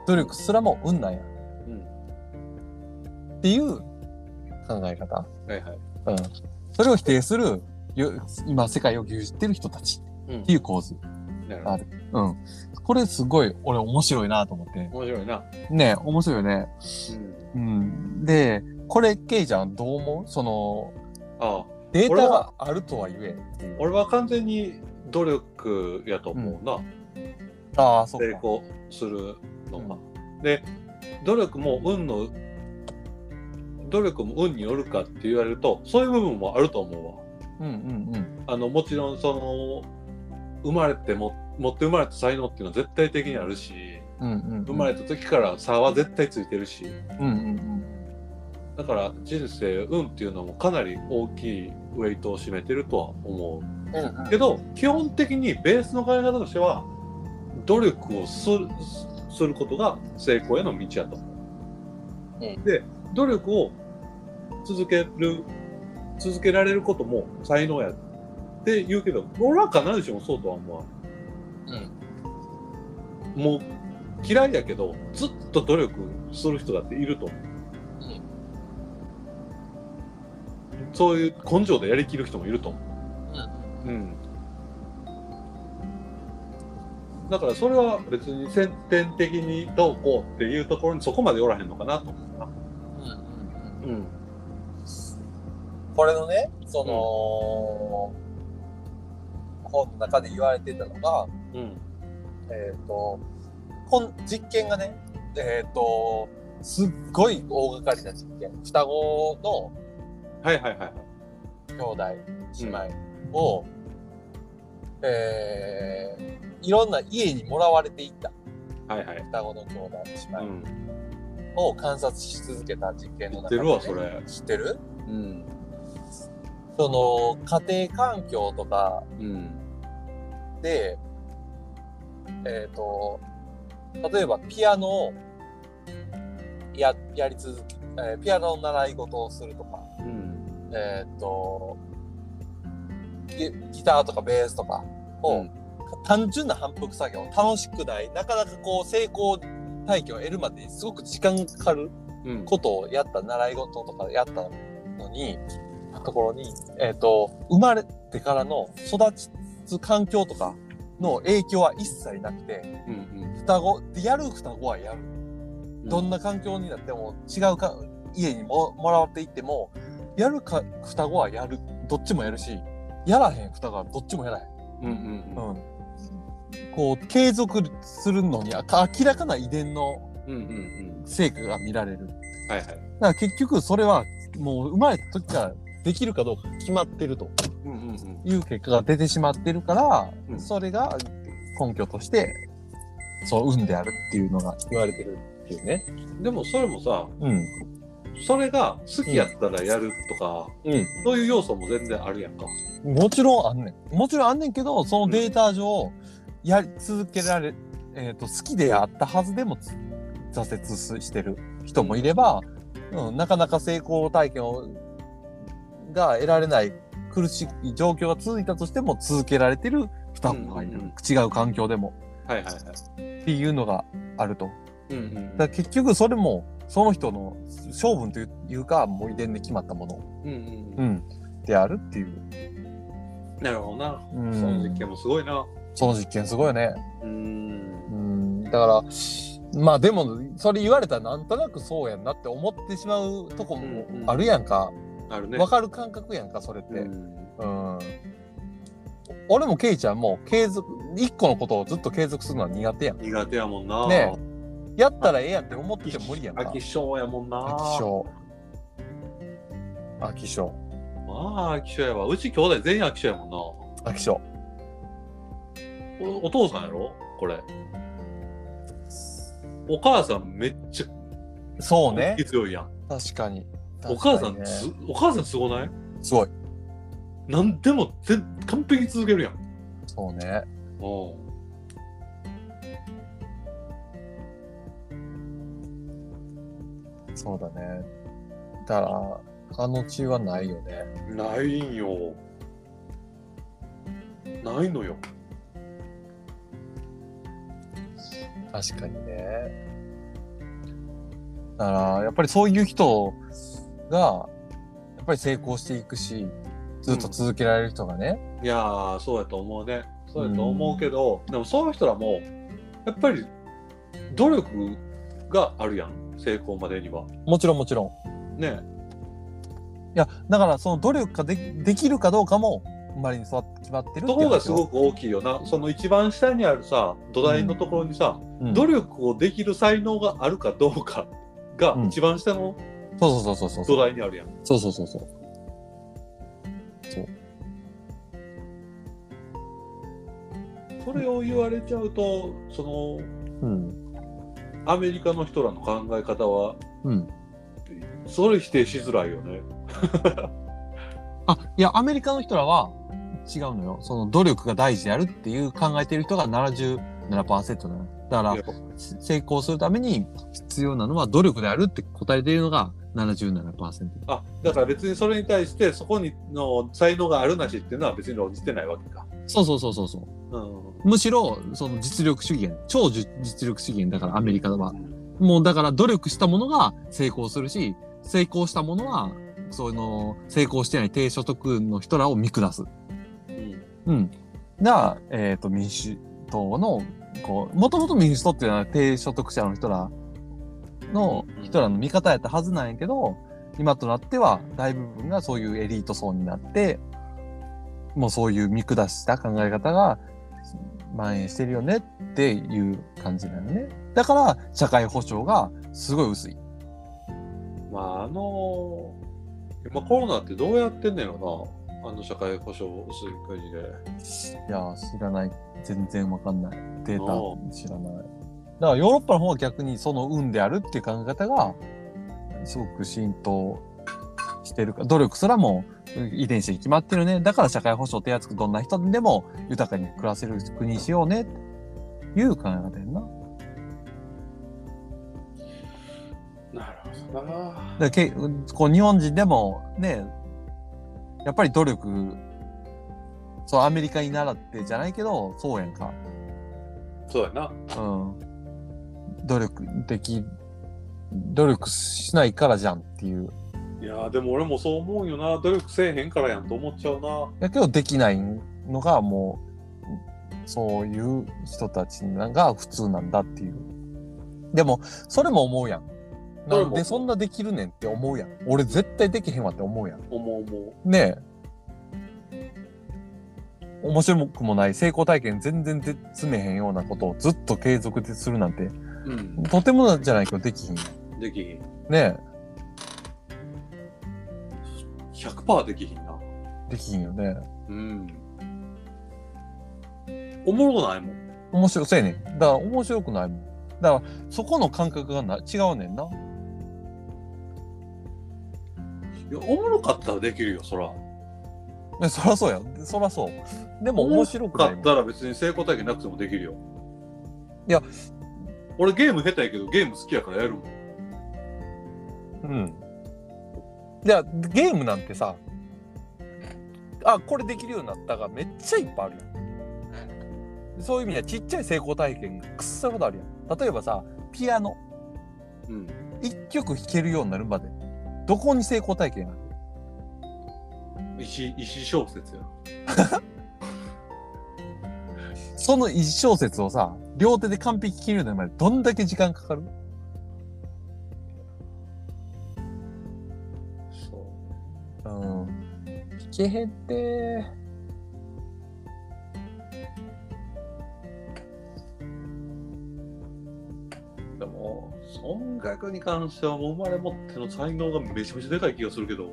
努力すらも運なんや。うんっていう考え方。はいはいうん。それを否定する、よ今世界を牛耳ってる人たちうんっていう構図。なるあほどうん。これすごい俺面白いなと思って。面白いなね面白いよね。うんうん。で、これ、ケイちゃんどう思うその、ああデー俺タはがあるとは言え。俺は完全に努力やと思うな、ああ、そ成うか。功するのが。で努力も運の努力も運によるかって言われるとそういう部分もあると思ううんうんうん。わ。あのもちろんその生まれても持って生まれた才能っていうのは絶対的にあるしうんうん、うん。生まれた時から差は絶対ついてるしうんうんうん。だから人生運っていうのもかなり大きいウェイトを占めてるとは思う。うんうんけど基本的にベースの考え方としては努力をするすることが成功への道やと思う。うんで努力を続ける続けられることも才能やって言うけど俺は必ずしもそうとは思わない。うん、もう嫌いやけどずっと努力する人だっていると思う。そういう根性でやりきる人もいると思う。うん、だからそれは別に先天的にどうこうっていうところにそこまでおらへんのかなと思うな。うんうんうんうんこれのねその、本の中で言われてたのがうんえっ、とこん実験がねえっ、とすっごい大掛かりな実験双子のはいはいはいはい。兄弟姉妹を、えーいろんな家にもらわれていったはいはい。双子の兄弟姉う妹ん。を観察し続けた実験の知っ中てで、ね、るわ、それ。知ってるうん。その家庭環境とかうん。で、えっ、と、例えばピアノをややり続け、えーピアノの習い事をするとか、うん。えっ、とギ、ギターとかベースとかを、うん単純な反復作業、楽しくない、なかなかこう成功体験を得るまでにすごく時間がかかるうん。ことをやった、習い事とかやったのに、ところに、えっ、と、生まれてからの育つ環境とかの影響は一切なくて、うん。双子、リアル双子はやる。どんな環境になっても違うか家にももらっていってもやるか双子はやるどっちもやるしやらへん双子はどっちもやらへん。うんうんうんうん、こう継続するのにあ明らかな遺伝のうんうんうん成果が見られる。はいはいだから結局それはもう生まれた時からできるかどうか決まってるとうんうんうんいう結果が出てしまってるから、うんそれが根拠としてそう運であるっていうのが言われてるっていうね。でもそれもさうん。それが好きやったらやるとか、そういう要素も全然あるやんかうん。もちろんあんねん。もちろんあんねんけど、そのデータ上、やり続けられ、えっ、と、好きであったはずでもつ挫折すしてる人もいれば、うん、なかなか成功体験を、が得られない苦しい状況が続いたとしても続けられてる双子がいる。うんうん違う環境でも。はいはいはいっていうのがあると。うんうんだから結局それもその人の性分といういうかもう遺伝で決まったもの、うんうんううんん、であるっていう、なるほどなうん、その実験もすごいなその実験すごいよね、うんうん、だからまあでもそれ言われたらなんとなくそうやんなって思ってしまうとこもうんうんあるやんか、あるねわかる感覚やんかそれって、ううんん俺もケイちゃんも継続一個のことをずっと継続するのは苦手やん苦手やもんなねやったらええやんって思ってても無理やんか飽き性やもんな飽き性飽き性まあ飽き性やわうち兄弟全員飽き性やもんなお飽き性お父さんやろこれお母さんめっちゃそうね根気強いやん、確かに。お母さ確んかすにねお母さんすごないすごい。何でも全完璧に続けるやんそうね。おそうだね。だから、他の血はないよね。ないんよないのよ確かにね。だから、やっぱりそういう人が、やっぱり成功していくし、ずっと続けられる人がね。いやーそうやと思うねそうやと思うけど、でもそういう人らもやっぱり努力があるやん成功までにはもちろんもちろん。ねいや、だからその努力がでできるかどうかも、生まれに育って決まってるってそこが話すごく大きいよなその一番下にあるさ土台のところにさ、うん努力をできる才能があるかどうかがうん一番下のそうそうそうそうそ土う。台にあるやん、そうそうそうそう。そう。それを言われちゃうとそのうん。アメリカの人らの考え方はうん。それ否定しづらいよね。あ、いや、アメリカの人らは違うのよ。その努力が大事であるっていう考えてる人が77%なの。だからいや、せ成功するために必要なのは努力であるって答えているのが77%。あだから別にそれに対してそこにの才能があるなしっていうのは別に論じてないわけか。そうそうそうそうそう。うんむしろ、その実力主義やね超じゅ実力主義やねだからアメリカは。もうだから努力したものが成功するし、成功したものは、その、成功してない低所得の人らを見下す。うんうん、が、えー、と民主党のこうもともと民主党っていうのは低所得者の人らのうん人らの味方やったはずなんやけど今となっては大部分がそういうエリート層になってもうそういう見下した考え方が蔓延してるよねっていう感じなのねだから社会保障がすごい薄いまああの今コロナってどうやってんねやろなあの社会保障薄い国で。いやー知らない全然わかんないデおータ知らないだからヨーロッパの方は逆にその運であるっていう考え方がすごく浸透してるか努力すらも遺伝子に決まってるねだから社会保障手厚くどんな人でも豊かに暮らせる国にしようねっていう考え方やんなだかなるほどな。らけこう日本人でもねやっぱり努力そうアメリカに習ってじゃないけどそうやんかそうやな。うん、努力でき努力しないからじゃんっていういやでも俺もそう思うよな努力せえへんからやんと思っちゃうな。やけどできないのがもうそういう人たちが普通なんだっていうでも、それも思うやん。それなもんでそんなできるねんって思うやん。俺絶対できへんわって思うやん。思う思ねえ。面白くもない成功体験全然で詰めへんようなことをずっと継続でするなんて、う。うん。とてもなんじゃないけどできひんやん。できひん。ね100%できひんな。え。できひんよね。うん。おもろないもん。面白い、そうやねん。だから面白くないもん。だから、そこの感覚がな違うねんな。いや、おもろかったらできるよ、そら。えそらそうや。そらそう。でも面白くないかっもん。たら別に成功体験なくてもできるよ。いや。俺ゲーム下手やけど、ゲーム好きやからやるもん。うん。じゃあ、ゲームなんてさ、あ、これできるようになったがめっちゃいっぱいあるやん。そういう意味ではちっちゃい成功体験がくっさいほどあるやん。例えばさ、ピアノ。うん。一曲弾けるようになるまで。どこに成功体験ある石、石小説や。その一小節をさ、両手で完璧に切るようになるまでどんだけ時間かかるそう。うん。弾けへんって。でも、音楽に関してはもう生まれ持っての才能がめちゃめちゃでかい気がするけど。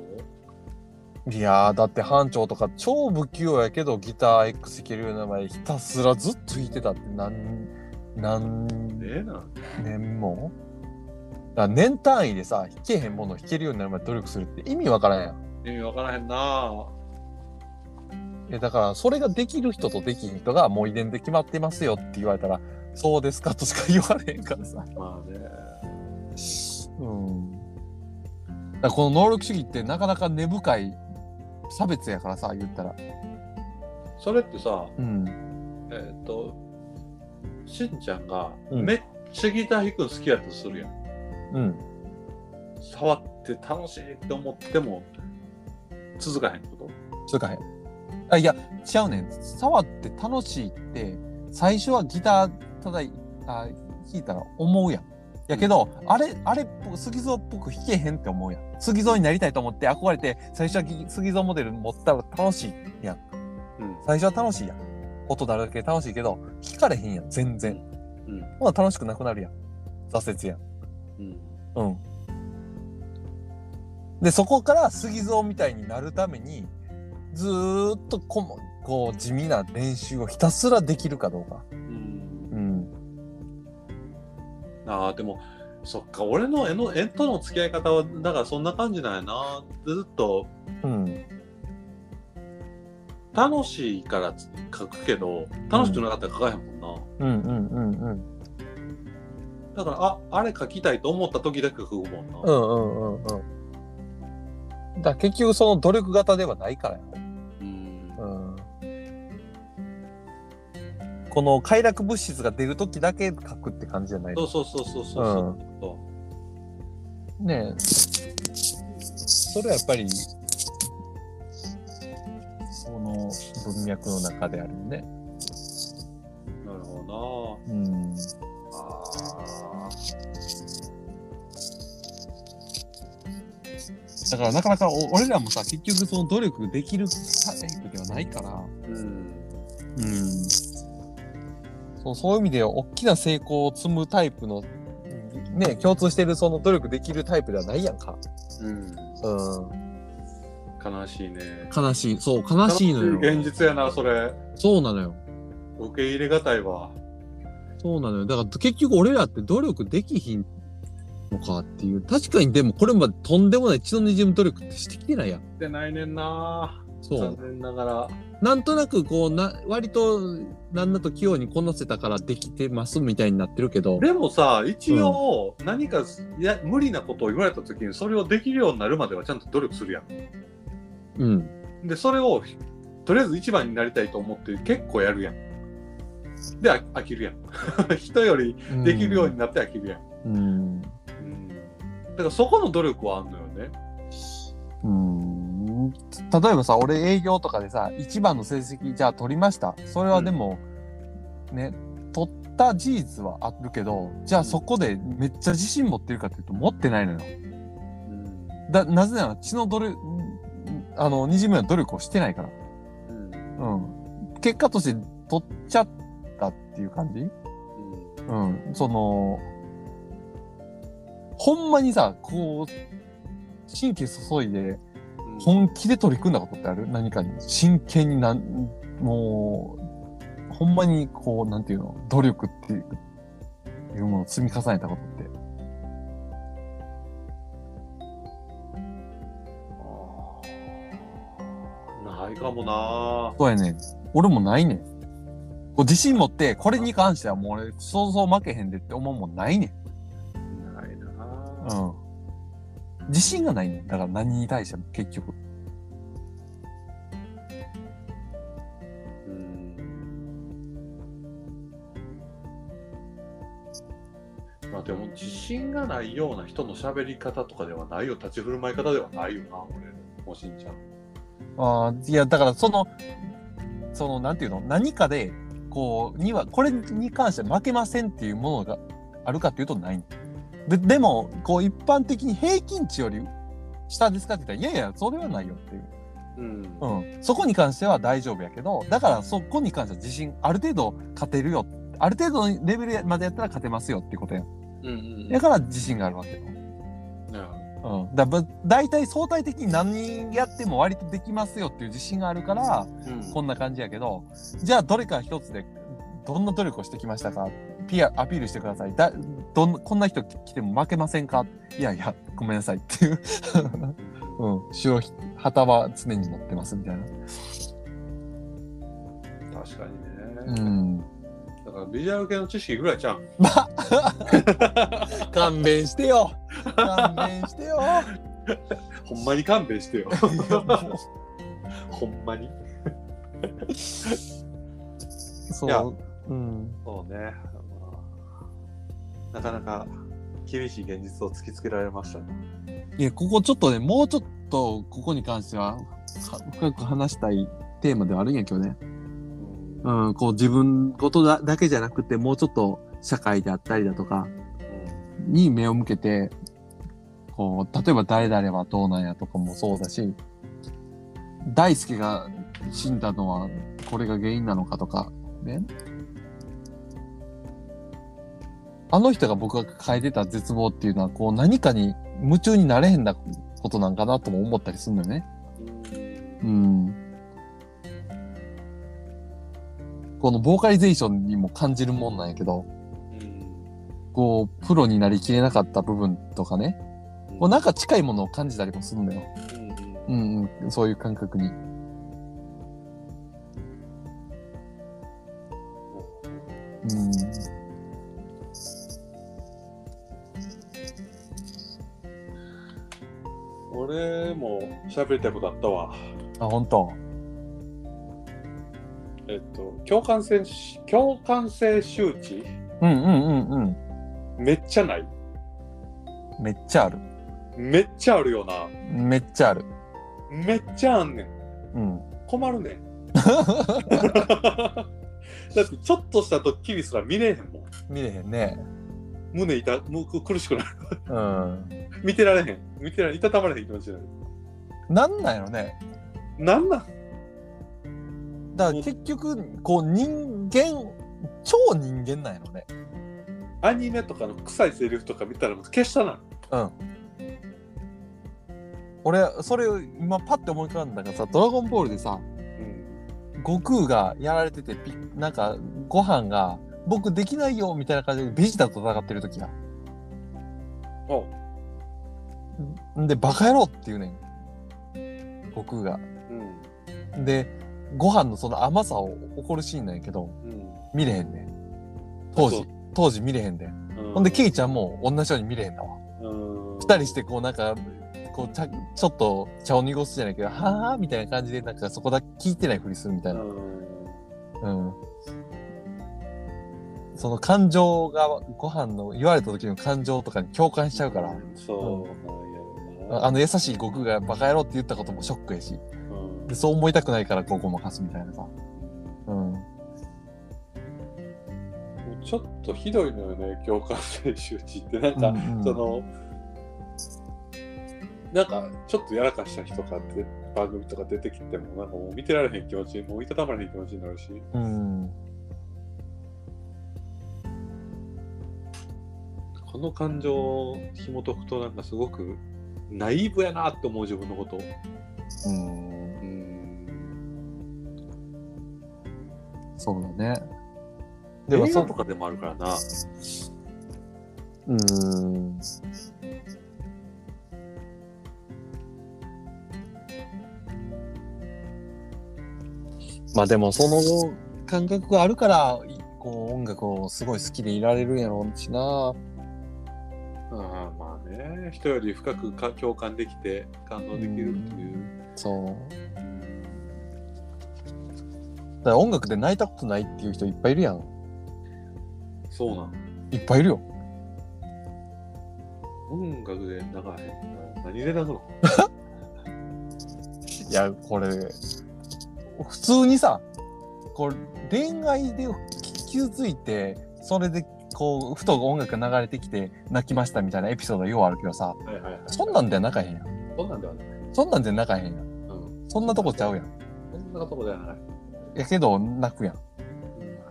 いやーだって班長とか超不器用やけどギター X 弾けるような前ひたすらずっと弾いてたって何何ねえな。年もだから年単位でさ弾けへんもの弾けるようになるまで努力するって意味わからんやん意味わからへんな。いやだからそれができる人とできひん人がもう遺伝で決まってますよって言われたらそうですかとしか言われへんからさまあね。うんだからこの能力主義ってなかなか根深い差別やからさ言ったらそれってさ、うんえっ、と、しんちゃんがうんめっちゃギター弾くの好きやとするやん。うん触って楽しいって思っても続かへんこそれかへんあいや違うねん触って楽しいって最初はギターただいあ弾いたら思うやんやけど、あれあれっぽ杉蔵っぽく弾けへんって思うやん杉蔵になりたいと思って憧れて最初はぎ杉蔵モデル持ったら楽しいやんと、うん、最初は楽しいやん音鳴るだけ楽しいけど弾かれへんやん全然うんほな楽しくなくなるやん挫折やんうん、うん。で、そこから杉蔵みたいになるために、ずーっとこもこう地味な練習をひたすらできるかどうか。うん、ん。ああでもそっか俺の絵の絵との付き合い方はだからそんな感じなんやなずっとうん。楽しいから描くけど楽しくなかったら描かへんもんな、うんうんうんうん。だからああれ描きたいと思った時だけ描くもんな、うんうんうんうん。だから結局その努力型ではないからや。うんうん。この快楽物質が出る時だけ書くって感じじゃないそうそうそうそうそうそねえそれはやっぱりその文脈の中であるよねう、なるほうんどなあーだからなかなかお俺らもさ結局その努力できるタイプではないからうんうんそうそういう意味で大きな成功を積むタイプのね共通してるその努力できるタイプではないやんかうんうん悲しいね悲しいそう悲しいのよ現実やなそれそうなのよ受け入れがたいわそうなのよ。だから結局俺らって努力できひんのかっていう。確かにでもこれまでとんでもない血の滲む努力ってしてきてないやん。ってないねんなそ残う。念ながらなんとなくこうな、割となんだと器用にこなせたからできてますみたいになってるけど。でもさ一応何かいや無理なことを言われた時にそれをできるようになるまではちゃんと努力するやうん。んでそれをとりあえず一番になりたいと思って結構やるやんであ飽きるやん (laughs) 人よりできるようになって飽きるやん、うん。うんだからそこの努力はあんのよねうん。例えばさ、俺営業とかでさ、一番の成績じゃあ取りました。それはでも、ね、取っった事実はあるけど、じゃあそこでめっちゃ自信持ってるかっていうと持ってないのよ。うんだ、なぜなら血の努力、あの、にじむような努力をしてないから。うんうん。結果として取っちゃったっていう感じうん。その、ほんまにさ、こう、神経注いで、うん本気で取り組んだことってある何かに。真剣になん、もう、ほんまにこう、なんていうの、努力っていう、いうものを積み重ねたことって。ないかもなそうやねん。俺もないねん。こう自信持って、これに関してはもう俺、想像負けへんでって思うもんないねん。ないなうん。自信がないねん。だから何に対しても結局。うんまあでも自信がないような人の喋り方とかではないよ立ち振る舞い方ではないよな俺もしんちゃんああ、いや、だからその、その、なんていうの、何かで、こう、には、これに関して負けませんっていうものがあるかっていうとない。で、でも、こう、一般的に平均値より下ですかって言ったら、いやいや、それはないよっていう。うんうん。そこに関しては大丈夫やけど、だからそこに関しては自信、ある程度勝てるよ。ある程度のレベルまでやったら勝てますよっていうことや。うんうんだから自信があるわけよ。うん。だぶ大体相対的に何やっても割とできますよっていう自信があるから、うんこんな感じやけど、じゃあどれか一つでどんな努力をしてきましたかピアアピールしてください。だどんこんな人来ても負けませんかいやいや、ごめんなさいっていう。 (laughs) うん。白ひ旗は常に持ってますみたいな。確かにね、うん。だからビジュアル系の知識ぐらいじゃん勘弁して (laughs) よ勘弁してよほんまに勘弁 (laughs) してよいやもうほんまにいや (laughs) そう。うん。そうね、なかなか厳しい現実を突きつけられましたねいや、ここちょっとね、もうちょっとここに関してはは深く話したいテーマではあるんやけどね。うんうん、こう自分事だだけじゃなくて、もうちょっと社会であったりだとかに目を向けて、こう、例えば誰々はどうなんやとかもそうだし、大輔が死んだのはこれが原因なのかとか、ね。あの人が僕が抱えてた絶望っていうのは、こう何かに夢中になれへんなことなんかなとも思ったりするのよね。うん。このボーカリゼーションにも感じるもんなんやけど、こう、プロになりきれなかった部分とかね、こうなんか近いものを感じたりもするんだよ。うんうん、そういう感覚に。うん。俺も喋りたいことあったわ。あ、本当。えっと、共感性、共感性周知うんうんうんうめっちゃないん。めっちゃある。めっちゃあるよな。めっちゃある。めっちゃあんねん。うん。困るね (laughs) ん。だってちょっとしたドッキリすら見れへんもん。見れへんね。胸痛もう苦しくなる。 (laughs) うん。見てられへん。見てられいたたまれへん気持ちになる。なんなんやろね。なんなんだから結局、こう人間、超人間なんやろね。アニメとかの臭いセリフとか見たらもう消したなる。うん。俺、それを今パッて思い浮かんだからさ、ドラゴンボールでさ、うん。悟空がやられてて、ピなんか、ご飯が、僕できないよみたいな感じでベジータと戦ってる時や。おんで、バカ野郎って言うねん。悟空が。うん。で、ご飯のその甘さを怒るシーンなんやけど、うん。見れへんねん。当時、当時見れへんで。ほほんで、ケイちゃんも同じように見れへんだわ。二人してこうなんかこうちゃちょっと茶を濁すじゃないけど「はあ」みたいな感じでなんかそこだけ聞いてないふりするみたいな、うん、その感情がご飯の言われた時の感情とかに共感しちゃうから、そうなんやろなあの優しい悟空が「バカ野郎」って言ったこともショックやしうんでそう思いたくないからこうごまかすみたいなさ、うん、うちょっとひどいのよね共感性周知ってなんか、うんうんそのなんかちょっとやらかした人とかって番組とか出てきてもなんかもう見てられへん気持ちもういたたまれへん気持ちになるしうんこの感情を紐解くとなんかすごくナイーブやなって思う自分のことをうんうんそうだねででももそそうとかでもあるからなうんまあでもその感覚があるからいこう音楽をすごい好きでいられるんやろうしなあまあね人より深くか共感できて感動できるっていうそうだから音楽で泣いたことないっていう人いっぱいいるやんそうなのいっぱいいるよ音楽で泣かへんな何で泣くのいやこれ普通にさこう恋愛で傷ついてそれでこうふと音楽が流れてきて泣きましたみたいなエピソードようあるけどさはいはいはいそんなんで泣かへんやんそんなんではない、そんなんで泣かへんやんうん、そんなとこちゃうやんそんなとこではないやけど泣くや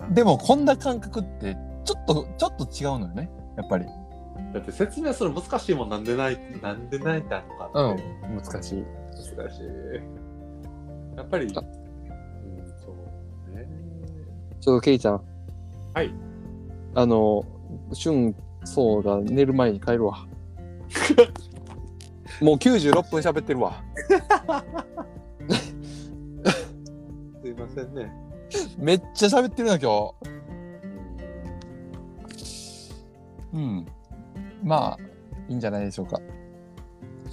んでもこんな感覚ってちょっとちょっと違うのよねやっぱりだって説明するの難しいもんなんでないなんで泣いたのかって、難しい難しいやっぱりうんあそうねちょっとケイちゃん。はい。あの、シュンソウが寝る前に帰 (laughs) るわ。もう96分喋ってるわ。すいませんねめっちゃ喋ってるな、今日。うん。まあ、いいんじゃないでしょうか。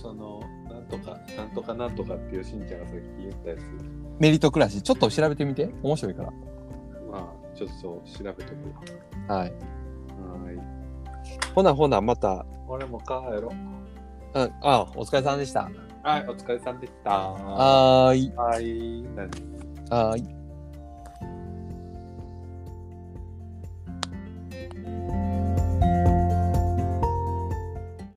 そのなんとかなんとかなんとかっていうしんちゃんがさっき言ったやつメリット暮らし、ちょっと調べてみて。面白いかまあちょっと調べとくわら。はい。はーいほなほな、また。俺も帰ろあ、あお疲れさんでした。はいお疲れさんでしたははーい。い何はーい。